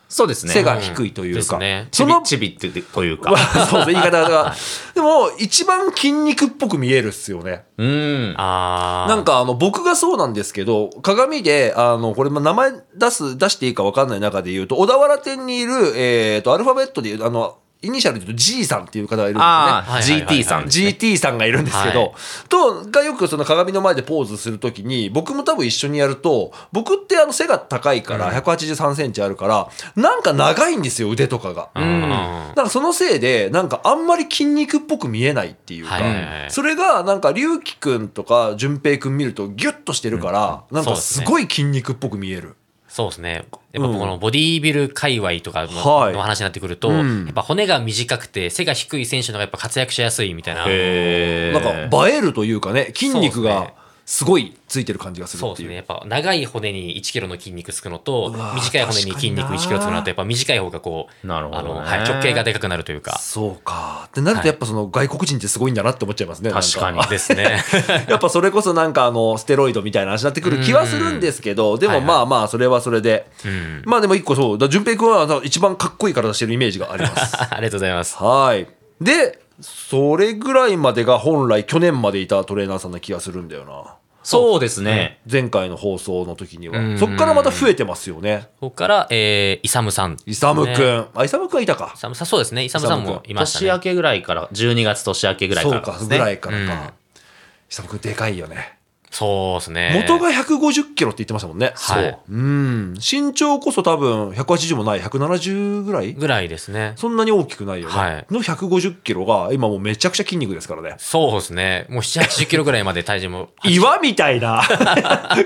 Speaker 2: そうですね。
Speaker 1: 背が低いという
Speaker 3: です
Speaker 1: か。
Speaker 3: ね
Speaker 1: そ
Speaker 2: そ
Speaker 1: の
Speaker 2: の、ちびっててというか。
Speaker 1: そうですね、言い方が。でも、一番筋肉っぽく見えるっすよね。
Speaker 2: うん。
Speaker 3: ああ。
Speaker 1: なんかあの僕がそうなんですけど鏡であのこれまあ名前出す出していいか分かんない中で言うと小田原店にいる、えー、とアルファベットで言うあのイニシャルで言うと G さんっていう方がいるんですね。
Speaker 2: ああ、
Speaker 3: はいはいはい
Speaker 2: GT さん。
Speaker 1: GT さんがいるんですけど、
Speaker 3: はい
Speaker 1: とがよくその鏡の前でポーズするときに僕も多分一緒にやると僕ってあの背が高いから1 8 3センチあるからなんか長いんですよ腕とかが。
Speaker 3: うん、
Speaker 1: なんかそのせいでなんかあんまり筋肉っぽく見えないっていうか、
Speaker 3: はいはいはい
Speaker 1: それがなんか龍樹くんとか淳平くん見るとギュッとしてるから、なんかすごい筋肉っぽく見える。
Speaker 3: そうですね。やっぱこのボディービル界隈とかの,、
Speaker 1: はい
Speaker 3: 話になってくると、
Speaker 1: うん
Speaker 3: やっぱ骨が短くて背が低い選手の方がやっぱ活躍しやすいみたいな。
Speaker 2: へー
Speaker 1: なんか映えるというかね筋肉
Speaker 3: そうです
Speaker 1: が
Speaker 3: ね
Speaker 1: すごいついてる感じがする
Speaker 3: そう
Speaker 1: って
Speaker 3: で
Speaker 1: い
Speaker 3: す
Speaker 1: う
Speaker 3: ね。やっぱ長い骨に1キロの筋肉つくのと
Speaker 1: うわー、
Speaker 3: 短い骨に筋肉1キロつ
Speaker 1: 確か
Speaker 3: くの
Speaker 1: にな
Speaker 3: と、やっぱ短い方がこう、
Speaker 2: なるほどね
Speaker 3: あのはい、直径がでかくなるというか。
Speaker 1: そうか。ってなるとやっぱその外国人ってすごいんだなって思っちゃいますね。なん
Speaker 2: 確かに。
Speaker 3: ですね。
Speaker 1: やっぱそれこそなんかあの、ステロイドみたいな話になってくる気はするんですけど、でもまあまあ、それはそれで。
Speaker 3: うん。
Speaker 1: まあでも一個そう、だ淳平君は一番かっこいい体してるイメージがありま す。
Speaker 3: ありがとうございます。
Speaker 1: はい。で、それぐらいまでが本来去年までいたトレーナーさんな気がするんだよな。
Speaker 2: そうですね。
Speaker 1: 前回の放送の時には、
Speaker 3: うん
Speaker 1: そっからまた増えてますよね
Speaker 3: ここから、えー、イサムさん。イ
Speaker 1: イサムくん、あイサムくんはいたか
Speaker 3: サムさん、そうですね。イサムさんもいました
Speaker 2: 年
Speaker 3: ね
Speaker 2: 明。けぐらいから、12月年明けぐらいからです
Speaker 1: そう
Speaker 2: ね。
Speaker 1: かぐらいからか、
Speaker 3: うん
Speaker 1: イサムくんでかいよね、
Speaker 3: そうですね。
Speaker 1: 元が150キロって言ってましたもんね
Speaker 3: はい
Speaker 1: そううん身長こそ多分180もない170ぐらい
Speaker 3: ぐらいですね。
Speaker 1: そんなに大きくないよね、
Speaker 3: はい
Speaker 1: の150キロが今もうめちゃくちゃ筋肉ですからね
Speaker 3: そうですね。もう7、80キロぐらいまで体重も。
Speaker 1: 岩みたいな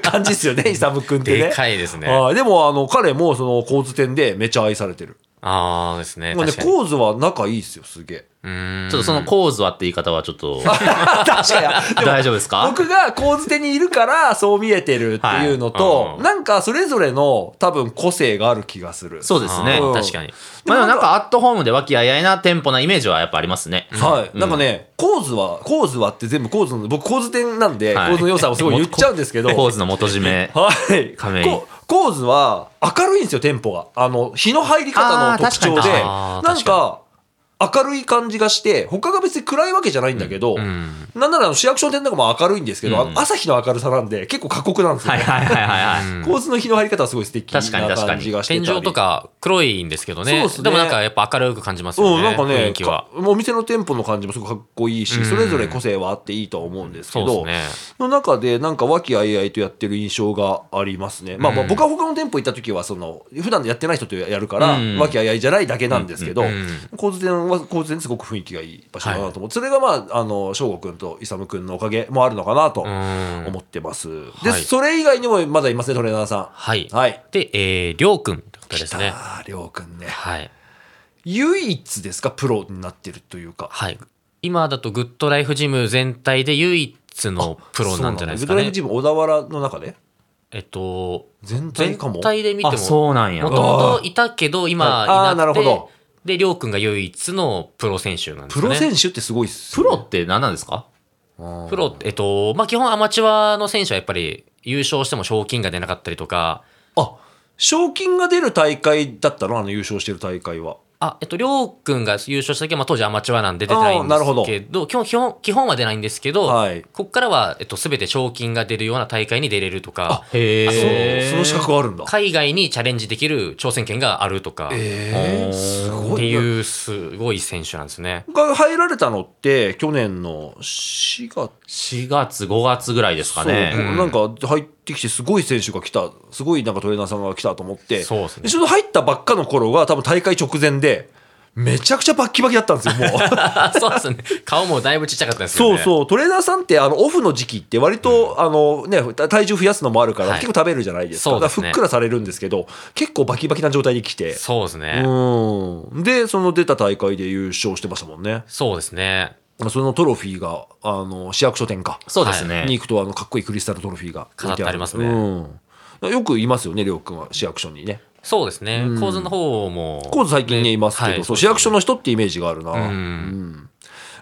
Speaker 1: 感じ ですよね、イサム君ってね。
Speaker 3: でかいですね
Speaker 1: あーでも、あの、彼も、その、構図店でめちゃ愛されてる。
Speaker 3: ああですね。
Speaker 1: まあね、
Speaker 3: 確かに。
Speaker 1: 構図は仲いいですよ、すげえ。
Speaker 3: うーん
Speaker 2: ちょっとその構図はって言い方はちょっ と、
Speaker 1: 確か に。
Speaker 2: 大丈夫ですか
Speaker 1: 僕が構図店にいるから、そう見えてるっていうのと、
Speaker 2: はいうん
Speaker 1: なんか、それぞれの、多分、個性がある気がする。
Speaker 2: そうですね。
Speaker 1: うん
Speaker 3: 確かに。
Speaker 2: まあでもなんかアットホームで和気あいあいなテンポなイメージはやっぱありますね。
Speaker 1: はい、
Speaker 2: うん
Speaker 1: なんかね、構図は、構図はって全部構図の、僕構図店なんで、
Speaker 2: はい
Speaker 1: 構図の良さをす ごい言っちゃうんですけど、
Speaker 2: 構図の元締め。
Speaker 1: はい。
Speaker 2: 亀井
Speaker 1: こ構図は明るいんですよ、テンポが。あの、日の入り方の
Speaker 2: あー
Speaker 1: 特徴で、
Speaker 2: 確かに
Speaker 3: あー
Speaker 1: なんか、明るい感じがして、他が別に暗いわけじゃないんだけど、
Speaker 3: うん。
Speaker 1: なんならあの市役所の店とかも明るいんですけど、あの
Speaker 2: うん
Speaker 1: 朝日の明るさなんで結構過酷なんですよ、
Speaker 2: はい
Speaker 1: ね。
Speaker 2: はいはいはいはい。
Speaker 1: 構図の日の入り方はすごい素敵な
Speaker 2: 確かに確かに
Speaker 1: 感じがしてた
Speaker 3: 天
Speaker 1: り
Speaker 3: 井とか黒いんですけどね。
Speaker 1: そうっすね
Speaker 3: でもなんかやっぱ明るく感じますよね。
Speaker 1: うん、なんか
Speaker 3: 雰
Speaker 1: ね
Speaker 3: 囲気は。、
Speaker 1: かお店の店舗の感じもすごくかっこいいし、
Speaker 3: うん
Speaker 1: それぞれ個性はあっていいとは思うんですけ
Speaker 3: そう
Speaker 1: ど、
Speaker 3: ですね。
Speaker 1: の中で、なんか和気あいあいとやってる印象がありますね。まあ、まあ
Speaker 3: うん
Speaker 1: 僕は他の店舗行った時は、その、普段やってない人とやるから
Speaker 2: うん、
Speaker 1: 和気あいあいじゃないだけなんですけど
Speaker 3: うん、
Speaker 1: 高津店は、高津店すごく雰囲気がいい場所だなと思う。それが、まあ、あの、翔吾くんと勇くんのおかげもあるのかなと
Speaker 3: うん。
Speaker 1: 思ってます。で、
Speaker 3: はい
Speaker 1: それ以外にもまだいますね、トレーナーさ
Speaker 3: はい
Speaker 1: ん。。はい。
Speaker 3: で、えー、りょうくんってことですね。
Speaker 1: ああ、りょうくんね。
Speaker 3: はい。
Speaker 1: 唯一ですか、プロになってるというか。
Speaker 3: はい。今だとグッドライフジム全体で唯一のプロなんじゃないです
Speaker 1: そ
Speaker 3: か
Speaker 1: うなんだグッドライ
Speaker 3: ね
Speaker 1: フ。ジム小田原の中で
Speaker 3: えっと、
Speaker 1: 全体
Speaker 3: 全
Speaker 1: かも。
Speaker 3: 体で見て
Speaker 2: あ、
Speaker 3: も、
Speaker 2: そうなんや
Speaker 3: も。ともといたけど、今
Speaker 1: はいあー
Speaker 3: いなく
Speaker 1: なるほど
Speaker 3: て、で、りょうくんが唯一のプロ選手なんです
Speaker 1: プ
Speaker 3: ね。
Speaker 1: ロ選手ってすごいっす
Speaker 2: プ
Speaker 1: よ
Speaker 2: ロ
Speaker 1: ね、
Speaker 2: って何なんですか
Speaker 1: うん
Speaker 3: プロって、えっと、まあ、基本アマチュアの選手はやっぱり優勝しても賞金が出なかったりとか、
Speaker 1: あ賞金が出る大会だったのあの優勝してる大会は。
Speaker 3: あ、えっと、りょうくんが優勝した時は、まあ、当時アマチュアなんで出てないんで
Speaker 1: あーなるほ
Speaker 3: す
Speaker 1: ど
Speaker 3: けど、基本、基本、基本は出ないんですけど、
Speaker 1: はい
Speaker 3: こっからは、えっと、すべて賞金が出るような大会に出れるとか、
Speaker 2: へえ。
Speaker 1: その資格があるんだ。
Speaker 3: 海外にチャレンジできる挑戦権があるとか、
Speaker 1: えー、す
Speaker 3: っ
Speaker 1: ご
Speaker 3: て
Speaker 1: い。
Speaker 3: いう、すごい選手なんですね。
Speaker 1: が入られたのって去年の4月
Speaker 2: 4月、5月ぐらいですか
Speaker 1: そう
Speaker 2: ね。
Speaker 1: なんか入ってきてすごい選手が来たすごいなんかトレーナーさんが来たと思って
Speaker 3: そうですね
Speaker 1: ちょうど入ったばっかの頃が多分大会直前でめちゃくちゃバッキバキだったんですよもう。
Speaker 3: あそうですね。顔もだいぶちっちゃかったですよ
Speaker 1: そう
Speaker 3: ね。う。
Speaker 1: そう、トレーナーさんってあのオフの時期って、割と、あのね、た体重増やすのもあるから、
Speaker 3: はい
Speaker 1: 結構食べるじゃないですか、
Speaker 3: そうです
Speaker 1: だ
Speaker 3: ね
Speaker 1: からふっくらされるんですけど、結構バキバキな状態に来て、
Speaker 3: そうですね。
Speaker 1: うん、で、その出た大会で優勝してましたもんね、
Speaker 3: そうですね。
Speaker 1: そのトロフィーがあの市役所店か、
Speaker 2: そうです
Speaker 1: に
Speaker 2: ね。
Speaker 1: 行くとあの、かっこいいクリスタルトロフィーが置い
Speaker 3: 飾ってありますね
Speaker 1: うんよくいますよね、りょうくんは市役所にね。
Speaker 3: そうですね。構図の方も。
Speaker 1: コーズ最近ね、いますけど、
Speaker 3: はい
Speaker 1: そう
Speaker 3: そうです
Speaker 1: 市
Speaker 3: ね
Speaker 1: 役所の人ってイメージがあるな、
Speaker 3: ん
Speaker 1: うん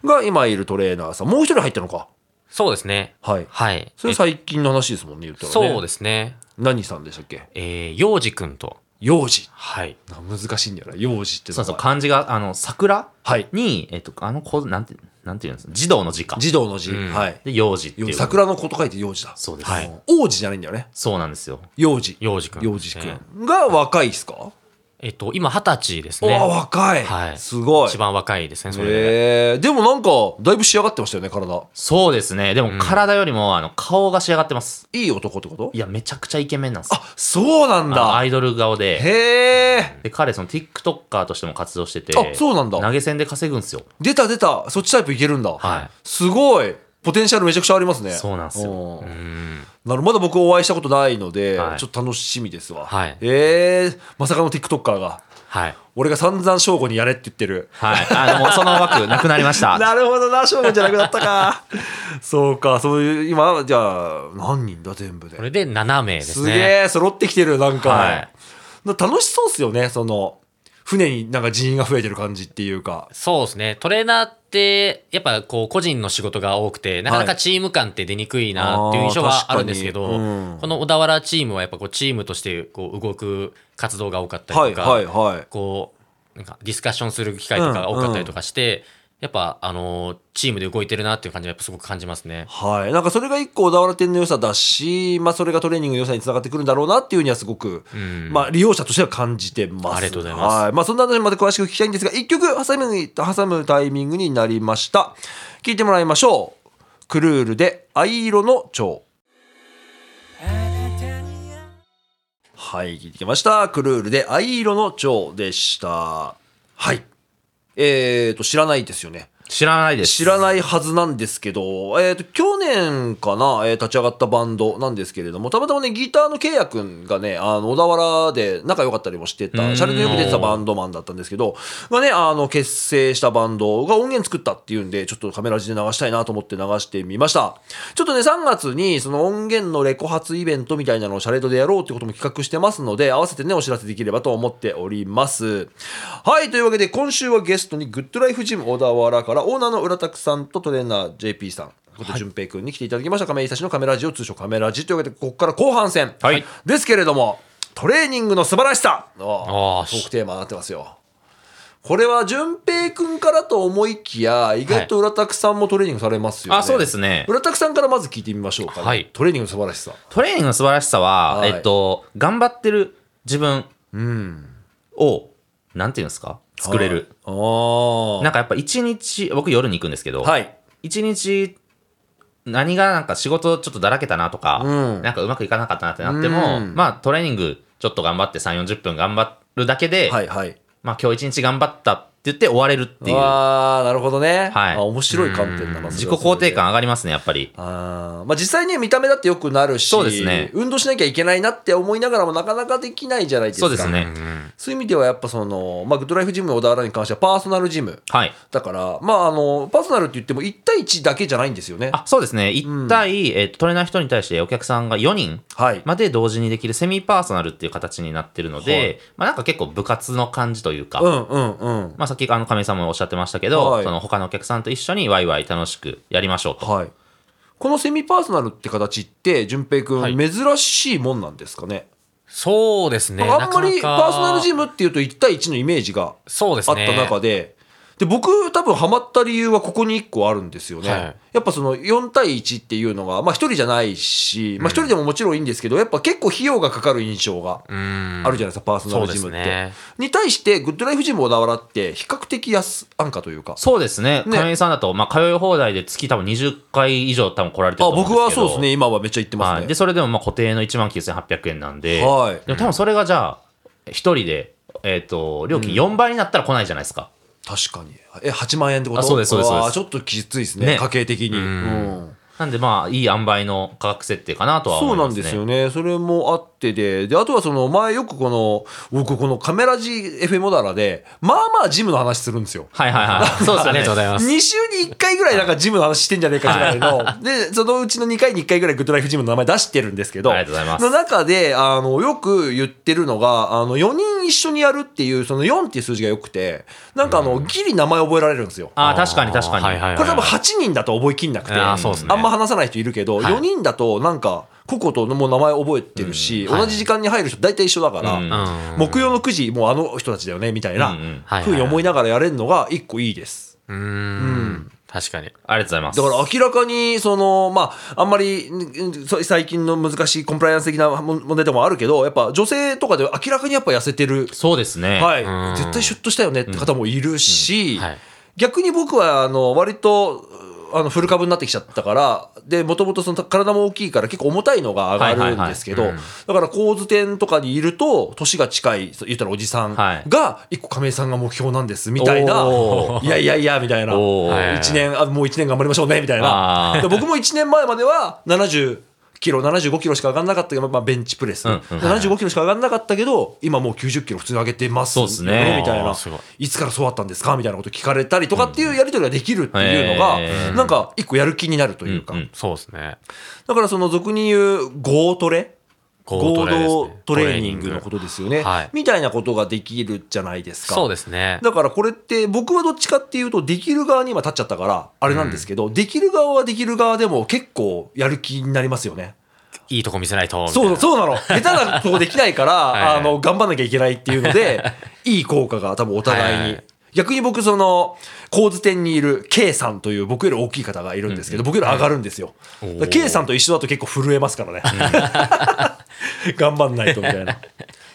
Speaker 1: が今いるトレーナーさん、もう一人入ったのか、
Speaker 3: そうですね。
Speaker 1: はい、
Speaker 3: はい。
Speaker 1: それ最近の話ですもんね、言ったらね。
Speaker 3: そうですね。
Speaker 1: 何さんでしたっけ
Speaker 3: えー、幼児くんと。
Speaker 1: 幼児。
Speaker 3: はい。
Speaker 1: な難しいんだよな、幼児っての
Speaker 2: そ
Speaker 1: が
Speaker 2: うそう、漢字が、あの、桜
Speaker 1: はい。
Speaker 2: に、えっと、あの構図、なんて、なんていうんですか。児童の字か。
Speaker 1: 児童の字。
Speaker 3: うん
Speaker 1: はい。
Speaker 2: で、幼児って
Speaker 1: 幼
Speaker 2: い
Speaker 1: 児
Speaker 2: う。
Speaker 1: 桜の子と書いて幼児だ。
Speaker 2: そうです。
Speaker 3: はい
Speaker 1: 王子じゃないんだよね。
Speaker 2: そうなんですよ。
Speaker 1: 幼児。
Speaker 3: 幼児くん
Speaker 1: 幼児
Speaker 3: ね
Speaker 1: くん。が若いっすか
Speaker 3: えっと、今、二十歳です
Speaker 1: わ
Speaker 3: ね
Speaker 1: あ、。若い。
Speaker 3: はい
Speaker 1: すごい。
Speaker 3: 一番若いですね、それで。
Speaker 1: へえ。でもなんか、だいぶ仕上がってましたよね、体。
Speaker 2: そうですね。でも、体よりも、あの、顔が仕上がってます。
Speaker 1: いい男ってこと
Speaker 2: いや、めちゃくちゃイケメンなんですよ。
Speaker 1: あ、そうなん
Speaker 2: あの
Speaker 1: だ。
Speaker 2: アイドル顔で。
Speaker 1: へえ。
Speaker 2: で、彼、その TikToker としても活動してて、
Speaker 1: あそうなんだ
Speaker 2: 投げ銭で稼ぐんですよ。
Speaker 1: 出た出た。そっちタイプいけるんだ。
Speaker 2: はい
Speaker 1: すごい。ポテンシャルめちゃくちゃありますね。
Speaker 2: そうなんですよ
Speaker 1: よ。
Speaker 3: うん。
Speaker 1: なるまだ僕お会いしたことないので、
Speaker 2: はい
Speaker 1: ちょっと楽しみですわ。
Speaker 3: はい
Speaker 1: えー、まさかの TikToker が、
Speaker 3: はい。
Speaker 1: 俺が散々翔吾にやれって言ってる。
Speaker 2: はい。あの、もうその枠、なくなりました。
Speaker 1: なるほどな、翔吾じゃなくなったか。 そうか、そういう、今、じゃあ、何人だ、全部で。
Speaker 3: これで7名ですす
Speaker 1: げ
Speaker 3: ね。
Speaker 1: え、揃ってきてる、なんか。
Speaker 2: はい
Speaker 1: だ楽しそうっすよね、その、船になんか人員が増えてる感じっていうか。
Speaker 3: そうですね。トレーナーって、やっぱこう、個人の仕事が多くて、なかなかチーム感って出にくいなっていう印象
Speaker 1: はいあー
Speaker 3: はあるんですけ
Speaker 1: 確
Speaker 3: ど、
Speaker 1: かにうん
Speaker 3: この小田原チームはやっぱこう、チームとしてこう、動く活動が多かった
Speaker 1: は
Speaker 3: り
Speaker 1: い、
Speaker 3: とか、
Speaker 1: はい、はい。
Speaker 3: こう、なんかディスカッションする機会とかが多かったりとかして、やっぱ、あのーチームで動いてるなっていう感じはやっぱすごく感じますね。
Speaker 1: はい。なんかそれが一個小田原店の良さだし、まあそれがトレーニングの良さにつながってくるんだろうなっていうにはすごく、
Speaker 3: うん
Speaker 1: まあ利用者としては感じてます。
Speaker 3: ありがとうございます
Speaker 1: はい。まあそんな話まで詳しく聞きたいんですが、一曲挟むに、挟むタイミングになりました。聞いてもらいましょう。クルールで藍色の蝶。はい、聞いてきました。クルールで藍色の蝶でした。はい。えーと、知らないですよね。
Speaker 2: 知らないです。
Speaker 1: 知らないはずなんですけど、えー、と去年かな、えー立ち上がったバンドなんですけれどもたまたまねギターのケイヤ君がねあの小田原で仲良かったりもして
Speaker 2: う
Speaker 1: た
Speaker 2: ん
Speaker 1: シャレでよく出てたバンドマンだったんですけどがねあの結成したバンドが音源作ったっていうんでちょっとカメラ字で流したいなと思って流してみましたちょっとね3月にその音源のレコ発イベントみたいなのをシャレドでやろうってことも企画してますので合わせてねお知らせできればと思っておりますはいというわけで今週はゲストにグッドライフジム小田原からオーナーの浦拓さんとトレーナー JP さんこと淳平君に来ていただきました亀井久志のカメラジオ通称カメラジというわけでここから後半戦、
Speaker 2: はい
Speaker 1: ですけれどもトレーニングの素晴らしさの
Speaker 3: あー
Speaker 1: トークテーマになってますよこれは淳平君からと思いきや意外と浦拓さんもトレーニングされますよね、
Speaker 2: あ、そうですね。
Speaker 1: 浦拓さんからまず聞いてみましょうかね、
Speaker 3: はい
Speaker 1: トレーニングの素晴らしさ
Speaker 2: トレーニングの素晴らしさは、
Speaker 1: はい
Speaker 2: えっと、頑張ってる自分を、なんていうんですか作れる。
Speaker 1: ああ
Speaker 2: なんかやっぱ一日、僕夜に行くんですけど、
Speaker 1: はい
Speaker 2: 一日、何がなんか仕事ちょっとだらけたなとか、
Speaker 1: うん
Speaker 2: なんかうまくいかなかったなってなって
Speaker 1: う
Speaker 2: も、
Speaker 1: ん
Speaker 2: まあトレーニングちょっと頑張って3、40分頑張るだけで、
Speaker 1: はいはい
Speaker 2: まあ今日一日頑張ったって言って終われるっていう、
Speaker 1: ああなるほどね、
Speaker 2: はい
Speaker 1: あ面白い観点だな
Speaker 2: 自己肯定感上がりますね、やっぱり。
Speaker 1: あーまあ、実際に見た目だってよくなるし
Speaker 2: そうですね
Speaker 1: 運動しなきゃいけないなって思いながらもなかなかできないじゃないですか
Speaker 2: そうですね。
Speaker 1: そういう意味ではやっぱその、まあ、グッドライフジム小田原に関してはパーソナルジム
Speaker 2: はい。
Speaker 1: だから、まあ、あのパーソナルって言っても1対1だけじゃないんですよね
Speaker 2: あ、そうですね。1対、えっとトレーナー1人に対してお客さんが4人
Speaker 1: はい、
Speaker 2: まで同時にできるセミパーソナルっていう形になってるので、
Speaker 1: はい
Speaker 2: まあなんか結構部活の感じというか、
Speaker 1: うんうんうん
Speaker 2: まあさっきあの亀井さんもおっしゃってましたけど、
Speaker 1: はい
Speaker 2: その他のお客さんと一緒にワイワイ楽しくやりましょうと。
Speaker 1: はいこのセミパーソナルって形って淳平君、
Speaker 3: はい
Speaker 1: 珍しいもんなんですかね
Speaker 3: そうですね。
Speaker 1: あんまり
Speaker 3: なか
Speaker 1: パ
Speaker 3: なか
Speaker 1: ーソナルジムっていうと1対1のイメージが
Speaker 3: そうです
Speaker 1: あっ
Speaker 3: ね。
Speaker 1: た中で、で僕多分ハマった理由はここに1個あるんですよね、
Speaker 3: はい
Speaker 1: やっぱその4対1っていうのが、まあ、1人じゃないし、まあ、1人でももちろんいいんですけど、やっぱ結構費用がかかる印象が
Speaker 3: うん。
Speaker 1: あるじゃないですか、パーソナルジム
Speaker 3: そ
Speaker 1: っ
Speaker 3: う
Speaker 1: て、
Speaker 3: ですね
Speaker 1: に対してグッドライフジム小田原って比較的安安価というか
Speaker 2: そうですね。
Speaker 1: ね
Speaker 2: 亀井さんだと、まあ通い放題で月多分20回以上多分来られてる
Speaker 1: あ
Speaker 2: と思うんです
Speaker 1: 僕
Speaker 2: けど。
Speaker 1: はそうですね。今はめっちゃ行ってま
Speaker 2: はい。
Speaker 1: す
Speaker 2: で、
Speaker 1: ね
Speaker 2: それでもまあ固定の19,800円なんで、
Speaker 1: はい
Speaker 2: でも多分それがじゃあ、1人で、えっ、と、料金4倍になったら来ないじゃないですか。
Speaker 1: 確かにえ8万円ってこと
Speaker 2: あそうですそうですそうです
Speaker 1: わあちょっときついですね
Speaker 2: ね
Speaker 1: 家計的にうん
Speaker 2: なんでまあ、いい塩梅の価格設定かなとは
Speaker 1: そ
Speaker 2: 思
Speaker 1: う
Speaker 2: い
Speaker 1: な
Speaker 2: ま
Speaker 1: ん
Speaker 2: すね。
Speaker 1: ですよね。それもあってで、で、あとはその、前よくこの、僕このカメラ G FM モダラで、まあまあジムの話するんですよ。
Speaker 2: はいはいはい。 そうです
Speaker 3: あ
Speaker 2: よ
Speaker 3: り
Speaker 2: ね。
Speaker 3: がとうござい
Speaker 2: ま
Speaker 3: ます。
Speaker 1: 2週に1回ぐらいなんかジムの話してんじゃねえかしらけど、 で、そのうちの2回に1回ぐらいグッドライフジムの名前出してるんですけど、
Speaker 2: ありがとうございます
Speaker 1: の中で、あの、よく言ってるのが、あの、4人一緒にやるっていう、その4っていう数字が良くて、なんかあの、ギリ名前覚えられるんですよ。
Speaker 2: あー確かに確かに。
Speaker 3: はいはいはい
Speaker 1: これ多分8人だと覚えきんなくて、
Speaker 3: あーそうですね
Speaker 1: あんま話さない人いるけど、
Speaker 3: はい
Speaker 1: 4人だとなんか、個々ともう名前覚えてるし、同じ時間に入る人大体一緒だから、
Speaker 2: うん
Speaker 3: うん
Speaker 1: 木曜の9時、もうあの人たちだよね、みたいな
Speaker 2: うんうん
Speaker 3: はいはいはい
Speaker 1: ふうに思いながらやれるのが一個いいです。
Speaker 3: うーん。確かに。
Speaker 2: ありがとうございます。
Speaker 1: だから明らかに、その、まあ、あんまり、んそ最近の難しいコンプライアンス的なも問題でもあるけど、やっぱ女性とかでは明らかにやっぱ痩せてる
Speaker 2: そうですね。
Speaker 1: は
Speaker 3: う
Speaker 1: い、
Speaker 3: ん
Speaker 1: 絶対シュッとしたよねって方もいるし、
Speaker 3: うんはい
Speaker 1: 逆に僕はあの割とあのフル株になってきちゃったからでもともとその体も大きいから結構重たいのが上がるんですけど
Speaker 2: はい
Speaker 1: だ
Speaker 2: はいは
Speaker 1: から構図店とかにいると年が近いそう言ったらおじさん
Speaker 2: はい
Speaker 1: が一個亀井さんが目標なんですみたいな
Speaker 2: お
Speaker 1: 「 いやいやいや」みたいな「
Speaker 2: おー
Speaker 3: はい
Speaker 1: 一年あもう1年頑張りましょうね」みたいな
Speaker 2: あー
Speaker 1: で僕も1年前までは70キロ75キロしか上がんなかったけど、まあ、ベンチプレス、
Speaker 2: うんうん
Speaker 1: 75キロしか上がんなかったけど今もう90キロ普通に上げてます
Speaker 2: そうっすね
Speaker 1: みたい
Speaker 3: あ
Speaker 1: な
Speaker 3: ーすごい
Speaker 1: いつからそうだったんですかみたいなこと聞かれたりとかっていうやり取りができるっていうのが、
Speaker 2: うんへー
Speaker 1: なんか一個やる気になるというか、
Speaker 2: うんうん
Speaker 3: そうですね。
Speaker 1: だからその俗に言う合トレ合
Speaker 3: 合トレですね
Speaker 1: 同トレーニングのことですよね、
Speaker 3: はい
Speaker 1: みたいなことができるじゃないですか。
Speaker 3: そうですね。
Speaker 1: だからこれって僕はどっちかっていうとできる側に今立っちゃったからあれなんですけど、できる側はできる側でも結構やる気になりますよね。
Speaker 3: いいとこ見せないと。
Speaker 1: そう
Speaker 3: みたい
Speaker 1: そう なの下手なとこできないから
Speaker 3: はいはい
Speaker 1: あの頑張んなきゃいけないっていうのでいい効果が多分お互いに。
Speaker 3: はいはい
Speaker 1: 逆に僕、その、構図店にいる K さんという僕より大きい方がいるんですけど、僕より上がるんですよ。だから K さんと一緒だと結構震えますからね。 頑張んないとみた いな。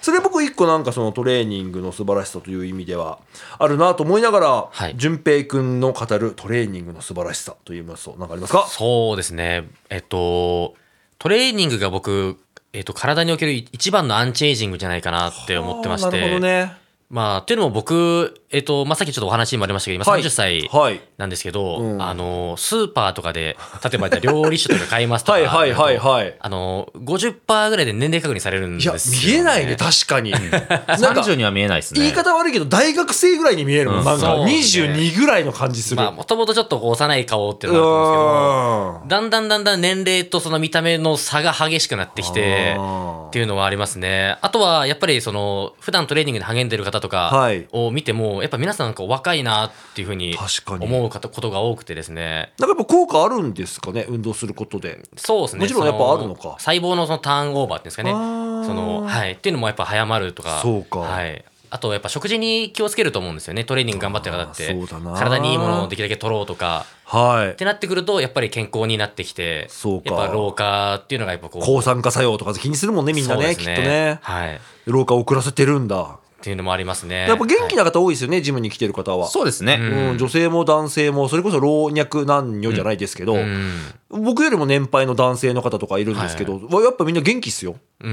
Speaker 1: それ僕一個なんかそのトレーニングの素晴らしさという意味ではあるなと思いながら、
Speaker 3: はい
Speaker 1: 淳平くんの語るトレーニングの素晴らしさというものなんかありますか
Speaker 3: そうですね。えっと、トレーニングが僕、えっと、体における一番のアンチエイジングじゃないかなって思ってまして。
Speaker 1: なるほどね。
Speaker 3: まあ、というのも僕、えっと、まあ、さっきちょっとお話にもありましたけど、今
Speaker 1: はい
Speaker 3: 30歳
Speaker 1: はい
Speaker 3: なんですけど、
Speaker 1: うん
Speaker 3: あの、スーパーとかで、例えばじゃあ料理酒とか買いますとか、
Speaker 1: はいはいはいはい
Speaker 3: あの、50%ぐらいで年齢確認されるんで
Speaker 1: い
Speaker 3: すよ、
Speaker 1: や、見
Speaker 3: ね。
Speaker 1: えないね、確かに。なんか
Speaker 2: 30、には見えないですね。
Speaker 1: 言い方悪いけど、大学生ぐらいに見えるも、
Speaker 2: うんん
Speaker 1: なんか。
Speaker 3: そうですね
Speaker 1: 22ぐらいの感じする。
Speaker 3: まあ、
Speaker 1: う
Speaker 3: もともとちょっとこう幼い顔っていうのがあると思うんですけど、
Speaker 1: ーん。
Speaker 3: だんだんだんだん年齢とその見た目の差が激しくなってきて
Speaker 1: あー、
Speaker 3: っていうのはありますね。あとはやっぱりその、普段トレーニングに励んでる方と
Speaker 1: は
Speaker 3: か
Speaker 1: い
Speaker 3: を見ても、やっぱ皆さんなんか若いなっていうふうに
Speaker 1: 確かに
Speaker 3: 思う方ことが多くてですね。
Speaker 1: なんかやっぱ効果あるんですかね、運動することで。
Speaker 3: そうですね。
Speaker 1: もちろんやっぱ
Speaker 3: そ
Speaker 1: あるのか
Speaker 3: 細胞のそのターンオーバーっていうんですかね。
Speaker 1: あー
Speaker 3: その、はい。っていうのもやっぱ早まるとか。
Speaker 1: そうか
Speaker 3: はい。あとやっぱ食事に気をつけると思うんですよね。トレーニング頑張ってる方って
Speaker 1: あーそうだな。
Speaker 3: 体にいいものをできるだけ取ろうとか。
Speaker 1: は
Speaker 3: っ
Speaker 1: い。
Speaker 3: てなってくると、やっぱり健康になってきて。
Speaker 1: そうか
Speaker 3: やっぱ老化っていうのがやっぱこう。
Speaker 1: 抗酸化作用とか気にするもんね、みんな
Speaker 3: そう
Speaker 1: ね、
Speaker 3: で
Speaker 1: き
Speaker 3: す
Speaker 1: っとね。
Speaker 3: はい。っ
Speaker 1: 老化を遅らせてるんだ。
Speaker 3: ていうのもありますね。
Speaker 1: やっぱ元気な方多いですよね、ジムに来てる方は。
Speaker 2: そうですね。
Speaker 3: うん
Speaker 1: うん、女性も男性も、それこそ老若男女じゃないですけど、
Speaker 3: うん。
Speaker 1: 僕よりも年配の男性の方とかいるんですけど、わやっぱみんな元気っすよ。
Speaker 3: う。
Speaker 1: うん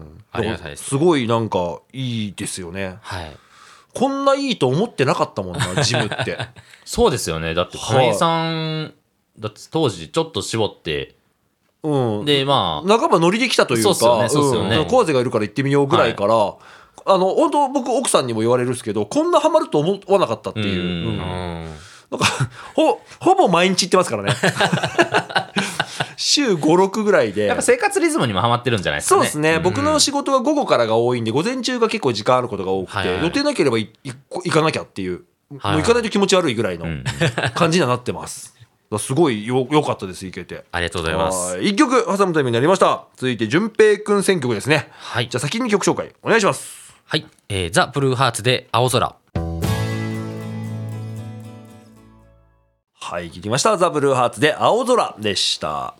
Speaker 1: ん。
Speaker 3: ありがたいです
Speaker 1: すごいなんかいいですよね。
Speaker 3: はい。
Speaker 1: こんないいと思ってなかったもん な、ジムって。
Speaker 2: そうですよね。だって、
Speaker 1: はい
Speaker 2: 会員さん、だって当時ちょっと絞って、
Speaker 1: うん。
Speaker 2: で、まあ、
Speaker 1: 半ばノリできたという
Speaker 2: そう
Speaker 1: か、
Speaker 2: っすよねそうっすよね
Speaker 1: んコアゼがいるから行ってみようぐらいから、あの、本当僕奥さんにも言われるんですけど、こんなハマると思わなかったっていう。
Speaker 2: う
Speaker 1: うん
Speaker 3: うん。
Speaker 2: ん
Speaker 1: なんか、ほ、ほぼ毎日行ってますからね。週5、6ぐらいで。
Speaker 2: やっぱ生活リズムにもハマってるんじゃないですか
Speaker 1: そ
Speaker 2: ね。
Speaker 1: うですね、僕の仕事が午後からが多いんで、午前中が結構時間あることが多くて、
Speaker 3: はいはい
Speaker 1: 予定なければいい行かなきゃっていう、
Speaker 3: はいはい
Speaker 1: もう行かないと気持ち悪いぐらいの
Speaker 2: うん
Speaker 1: 感じにはなってます。だからすごいよ良かったです、行けて。
Speaker 3: ありがとうございます。
Speaker 1: はい一曲挟むタイムになりました。続いて、淳平くん選曲ですね。
Speaker 3: はい
Speaker 1: じゃあ先に曲紹介お願いします。
Speaker 3: はい。えーザ・ブルーハーツで青空。
Speaker 1: はい、聞きました。ザ・ブルーハーツで青空でした。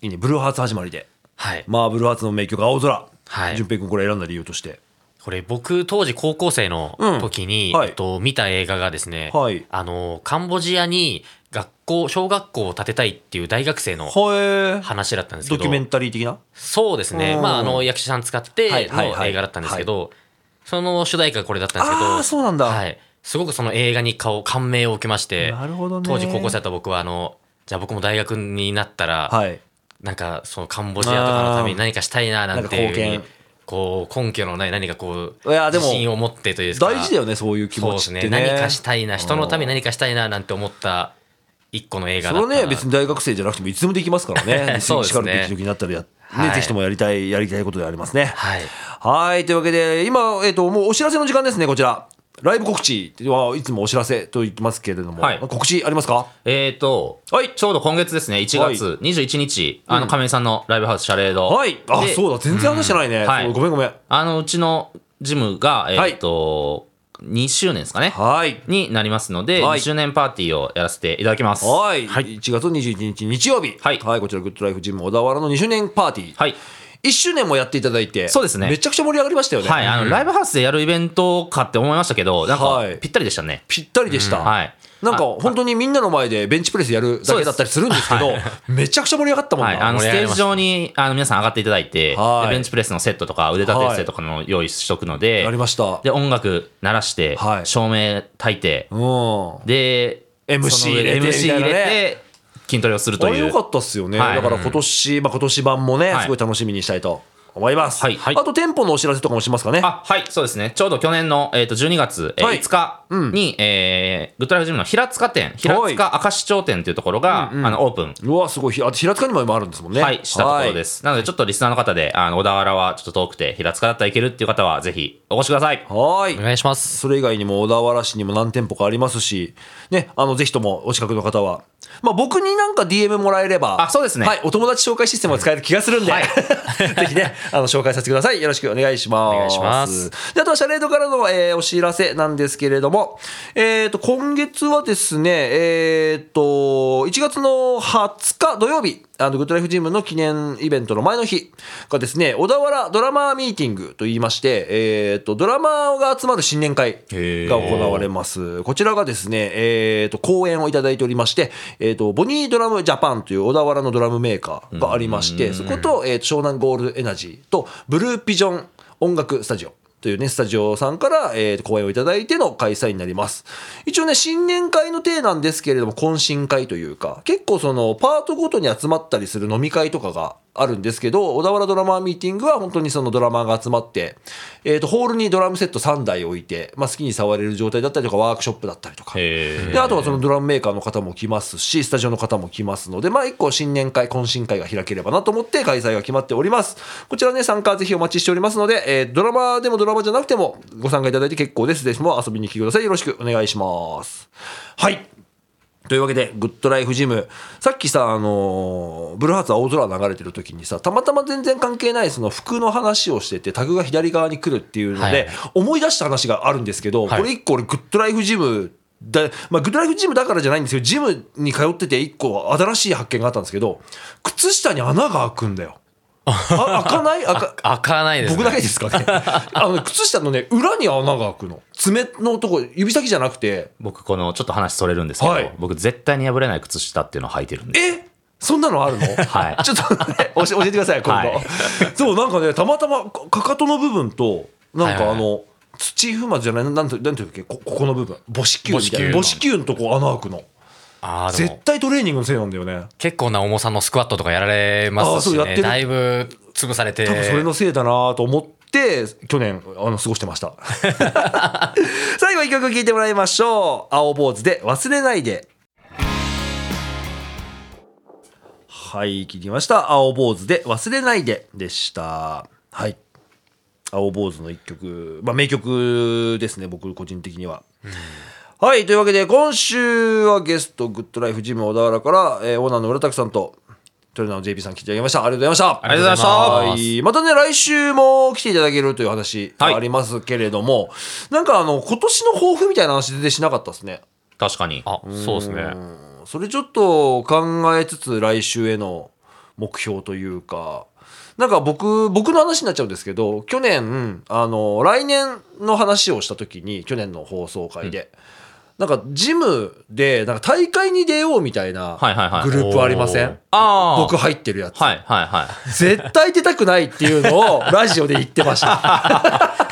Speaker 1: いいね、ブルーハーツ始まりで。
Speaker 3: はい。
Speaker 1: まあ、ブルーハーツの名曲青空。
Speaker 3: はい
Speaker 1: 淳平くんこれ選んだ理由として。
Speaker 3: これ僕当時高校生の
Speaker 1: うん
Speaker 3: 時に、
Speaker 1: はい
Speaker 3: えっと、見た映画がですね、
Speaker 1: はい
Speaker 3: あのカンボジアに学校小学校を建てたいっていう大学生の
Speaker 1: ほえー。
Speaker 3: 話だったんですけ
Speaker 1: ド
Speaker 3: ど
Speaker 1: キュメンタリー的な
Speaker 3: そうですね、
Speaker 1: うん
Speaker 3: まあ、あの役者さん使っ
Speaker 1: はい
Speaker 3: て
Speaker 1: はいは
Speaker 3: の
Speaker 1: い
Speaker 3: 映画だったんですけど、その主題歌がこれだったんですけど
Speaker 1: あーそうなんだ
Speaker 3: はい、すごくその映画に顔感銘を受けまして
Speaker 1: なるほどね
Speaker 3: 当時高校生だった僕はあのじゃあ僕も大学になったら、
Speaker 1: はい。
Speaker 3: なんかそのカンボジアとかのために何かしたいななんていうふう
Speaker 1: なん
Speaker 3: に
Speaker 1: か貢献
Speaker 3: こう根拠のない何かこう
Speaker 1: いやでも
Speaker 3: 自信を持ってというか
Speaker 1: 大事だよね、そういう気
Speaker 3: そう
Speaker 1: 持
Speaker 3: で
Speaker 1: ち
Speaker 3: す
Speaker 1: って
Speaker 3: ね
Speaker 1: ね。
Speaker 3: 何かしたいな人のために何かしたいななんて思った一個の映画
Speaker 1: そ
Speaker 3: だ
Speaker 1: れ
Speaker 3: った
Speaker 1: は
Speaker 3: な
Speaker 1: ね、別に大学生じゃなくてもいつでもできますからね。
Speaker 3: そうですね
Speaker 1: 力の時になったらや、ね
Speaker 3: はい
Speaker 1: ぜひともやりたい、やりたいことでありますね。
Speaker 3: はい
Speaker 1: はい。というわけで、今、えっ、と、もうお知らせの時間ですね、こちら。ライブ告知はいつもお知らせと言ってますけれども、
Speaker 2: はい
Speaker 1: 告知ありますか
Speaker 2: えーと、
Speaker 1: はい
Speaker 2: ちょうど今月ですね、1月21日、あの、亀井さんのライブハウスシャレード。
Speaker 1: はい。あ、
Speaker 2: で
Speaker 1: そうだ、全然話してないね。
Speaker 2: んはい
Speaker 1: そうごめんごめん。
Speaker 2: あの、うちのジムが、え
Speaker 1: はい
Speaker 2: ーと、2周年ですかね。
Speaker 1: はい。
Speaker 2: になりますので、
Speaker 1: はい
Speaker 2: 2周年パーティーをやらせていただきます。
Speaker 1: はい。
Speaker 2: はい。
Speaker 1: 1月21日日曜日。
Speaker 2: はい
Speaker 1: こちら、グッドライフジム小田原の2周年パーティー。
Speaker 2: はい
Speaker 1: 1周年もやっていただいて。
Speaker 2: そうですね
Speaker 1: めちゃくちゃ盛り上がりましたよね。
Speaker 2: はい、あの、ライブハウスでやるイベントかって思いましたけど、なんか
Speaker 1: はい、
Speaker 2: ぴったりでしたね。
Speaker 1: ぴったりでした。
Speaker 2: はい。
Speaker 1: なんか
Speaker 2: あ
Speaker 1: 本当にみんなの前でベンチプレスやるだけだったりするんですけど、めちゃくちゃ盛り上がったもん
Speaker 2: はい、あ
Speaker 1: な。
Speaker 2: の
Speaker 3: 盛り
Speaker 2: ス
Speaker 3: 上が
Speaker 2: テ
Speaker 3: り
Speaker 2: ー
Speaker 3: ま
Speaker 2: ジ
Speaker 3: した
Speaker 2: 上にあの皆さん上がっていただいて、
Speaker 1: はい
Speaker 2: でベンチプレスのセットとか腕立て伏せとかの用意しとくので、
Speaker 1: やりました。
Speaker 2: で音楽鳴らして、
Speaker 1: はい
Speaker 2: 照明焚いて、
Speaker 1: うん。あ
Speaker 2: で
Speaker 1: MC
Speaker 2: その上
Speaker 1: 入れて
Speaker 2: MC 入れて筋トレをすると
Speaker 1: れ
Speaker 2: い
Speaker 1: 良
Speaker 2: う
Speaker 1: かったっすよね。
Speaker 2: はい
Speaker 1: だから今年、まあ今年版もね、
Speaker 2: はい
Speaker 1: すごい楽しみにしたいと思います。
Speaker 2: はいはい
Speaker 1: あと店舗のお知らせとかもしますかね。
Speaker 2: あはいそうですねちょうど去年の、えー、と12月、えー
Speaker 1: はい
Speaker 2: 5日に、えーグッドライフジムの平塚店平塚明石町店というところが、あのオープン、
Speaker 1: うわ、すごい。ひあと平塚にも今あるんですもんね。
Speaker 2: はい、したところです、なのでちょっとリスナーの方であの小田原はちょっと遠くて平塚だったらいけるっていう方はぜひお越しください
Speaker 1: はい。は
Speaker 3: お
Speaker 1: い。
Speaker 3: 願いします
Speaker 1: それ以外にも小田原市にも何店舗かありますし、ね、あの、ぜひともお近くの方はまあ僕になんか DM もらえれば、
Speaker 2: あそうですね
Speaker 1: はい、お友達紹介システムを使える気がするんで、 ぜひね、あの、紹介させてください。よろしくお願いします。
Speaker 3: お願いします
Speaker 1: で、あとは、シャレードからの、えーお知らせなんですけれども、えっ、と、今月はですね、えっ、と、1月の20日土曜日、あの、グッドライフジムの記念イベントの前の日がですね、小田原ドラマーミーティングと言いまして、えっ、と、ドラマーが集まる新年会が行われます。こちらがですね、えっ、と、講演をいただいておりまして、えっ、と、ボニードラムジャパンという小田原のドラムメーカーがありまして、そこと、えー湘南ゴールエナジーと、ブルーピジョン音楽スタジオ。というね、スタジオさんから、えー、講演をいただいての開催になります。一応ね、新年会の体なんですけれども、懇親会というか、結構その、パートごとに集まったりする飲み会とかがあるんですけど、小田原ドラマーミーティングは本当にそのドラマーが集まって、えっ、と、ホールにドラムセット3台置いて、まあ、好きに触れる状態だったりとか、ワークショップだったりとか、
Speaker 2: へ
Speaker 1: であとはそのドラムメーカーの方も来ますしスタジオの方も来ますのでまあ一個新年会懇親会が開ければなと思って開催が決まっておりますこちらね参加はぜひお待ちしておりますので、えードラマでもドラマじゃなくてもご参加いただいて結構ですぜひとも遊びに来てくださいよろしくお願いしますはいというわけで、グッドライフジム。さっきさ、あのーブルーハーツ青空流れてる時にさ、たまたま全然関係ないその服の話をしてて、タグが左側に来るっていうので、
Speaker 3: はい
Speaker 1: 思い出した話があるんですけど、
Speaker 3: はい
Speaker 1: これ一個俺グッドライフジムだ、まあ、グッドライフジムだからじゃないんですけど、ジムに通ってて一個新しい発見があったんですけど、靴下に穴が開くんだよ。あ開か ない開か
Speaker 3: 開かないです、ね。
Speaker 1: 僕だけですか ね。あの、靴下のね、裏に穴が開くの。爪のとこ、指先じゃなくて、
Speaker 2: 僕このちょっと話それるんですけど、
Speaker 1: はい
Speaker 2: 僕絶対に破れない靴下っていうのを履いてるんで
Speaker 1: えそんなのあるの
Speaker 2: はい
Speaker 1: ちょっと、ね、教え教えてください、今度。
Speaker 2: はい
Speaker 1: そう、なんかね、たまたまかかかとの部分と、なん
Speaker 3: はい
Speaker 1: か
Speaker 3: は
Speaker 1: あ
Speaker 3: い
Speaker 1: の、土踏まずじゃない、なんて、なんていうっけ、こここの部分、母子球みたいな。母
Speaker 3: 母
Speaker 1: 子
Speaker 3: 子
Speaker 1: 球のとこ穴開くの。
Speaker 3: あーで
Speaker 1: 絶
Speaker 3: も
Speaker 1: 対トレーニングのせいなんだよね。
Speaker 3: 結構な重さのスクワットとかやられま
Speaker 1: あー
Speaker 3: す
Speaker 1: そう
Speaker 3: し
Speaker 1: やって
Speaker 3: ね。
Speaker 1: る
Speaker 3: だいぶ潰されて。
Speaker 1: 多分それのせいだなと思って、去年、あの、過ごしてました。最後一曲聴いてもらいましょう。青坊主で忘れないで。はい、聞きました。青坊主で忘れないででした。はい。青坊主の一曲、まあ名曲ですね、僕個人的には。はい、というわけで今週はゲスト、グッドライフジム小田原から、えーオーナーの浦拓さんと、トレーナーの JP さん来ていただきました。ありがとうございました。
Speaker 2: ありがとうございました
Speaker 1: はい。またね、来週も来ていただけるという話
Speaker 2: はい
Speaker 1: ありますけれども、なんかあの、今年の抱負みたいな話全然しなかったですね。
Speaker 2: 確かに
Speaker 3: あ、そうですね。
Speaker 1: うんそれちょっと考えつつ来週への目標というかなんか僕僕の話になっちゃうんですけど去年あの来年の話をした時に去年の放送会で、なんかジムでなんか大会に出ようみたいな
Speaker 2: はいはいはい
Speaker 1: グループありません、
Speaker 3: おー
Speaker 2: ああ
Speaker 1: 僕入ってるやつ、
Speaker 2: はいはいはい
Speaker 1: 絶対出たくないっていうのをラジオで言ってました。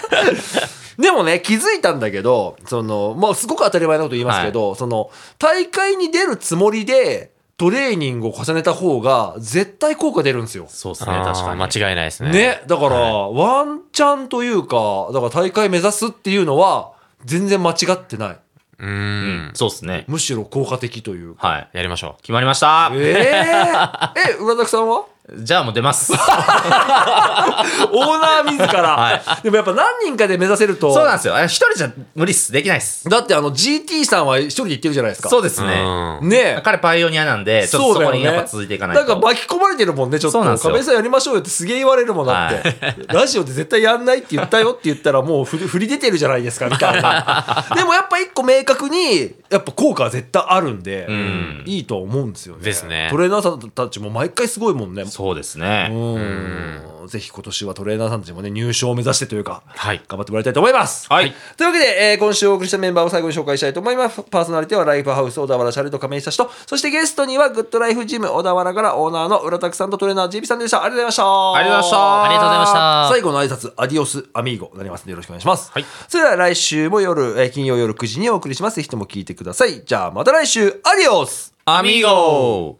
Speaker 1: でもね気づいたんだけどそのまあすごく当たり前なこと言いますけど、その大会に出るつもりでトレーニングを重ねた方が絶対効果出るんですよ。
Speaker 2: そうですね
Speaker 3: あー
Speaker 2: 確かに
Speaker 3: 間違いないですね。
Speaker 1: ねだから、ワンチャンというかだから大会目指すっていうのは全然間違ってない
Speaker 3: うん。
Speaker 2: そうですね
Speaker 1: むしろ効果的と いうか。
Speaker 2: はい
Speaker 3: やりましょ
Speaker 2: 決まりました
Speaker 1: えー、え浦崎さんは
Speaker 2: じゃあもう出ます
Speaker 1: オーナー自 ら、でもやっぱ何人かで目指せると
Speaker 2: そうなんですよあ一人じゃ無理っすできないっす
Speaker 1: だってあの GT さんは一人で行ってるじゃないですか。
Speaker 2: そうです
Speaker 3: う。
Speaker 2: ね
Speaker 3: うん
Speaker 1: ねえ。
Speaker 2: 彼パイオニアなんでちょっとそこにやっぱ続いていかないと
Speaker 1: んか巻き込まれてるもんね、ちょっ
Speaker 2: そうなん
Speaker 1: と。
Speaker 2: ですよ
Speaker 1: 亀井さんやりましょうよってすげえ言われるもんだって。 ラジオで絶対やんないって言ったよって言ったらもう振り振り出てるじゃないですか、みたい な。でもやっぱ一個明確に、やっぱ効果は絶対あるんで、
Speaker 2: ん
Speaker 1: いいと思うんですよね。
Speaker 3: ですね
Speaker 1: トレーナーさんたちも毎回すごいもんね。
Speaker 2: そうですね
Speaker 1: うんぜひ今年はトレーナーさんたちもね、入賞を目指してというか、
Speaker 3: はい
Speaker 1: 頑張ってもらいたいと思います。
Speaker 2: はい
Speaker 1: というわけで、えー今週お送りしたメンバーを最後に紹介したいと思います。パーソナリティはライフハウス小田原シャレと亀井久志と、そしてゲストにはグッドライフジム小田原からオーナーの浦拓さんとトレーナージビさんでした。ありがとうございました。
Speaker 2: ありがとうございました
Speaker 3: ありがとうございました
Speaker 1: 最後の挨拶、アディオスアミーゴになりますのでよろしくお願いします。
Speaker 2: はい
Speaker 1: それでは来週も夜、えー金曜夜9時にお送りします。ぜひとも聞いてください。じゃあまた来週、アディオス
Speaker 2: アミーゴ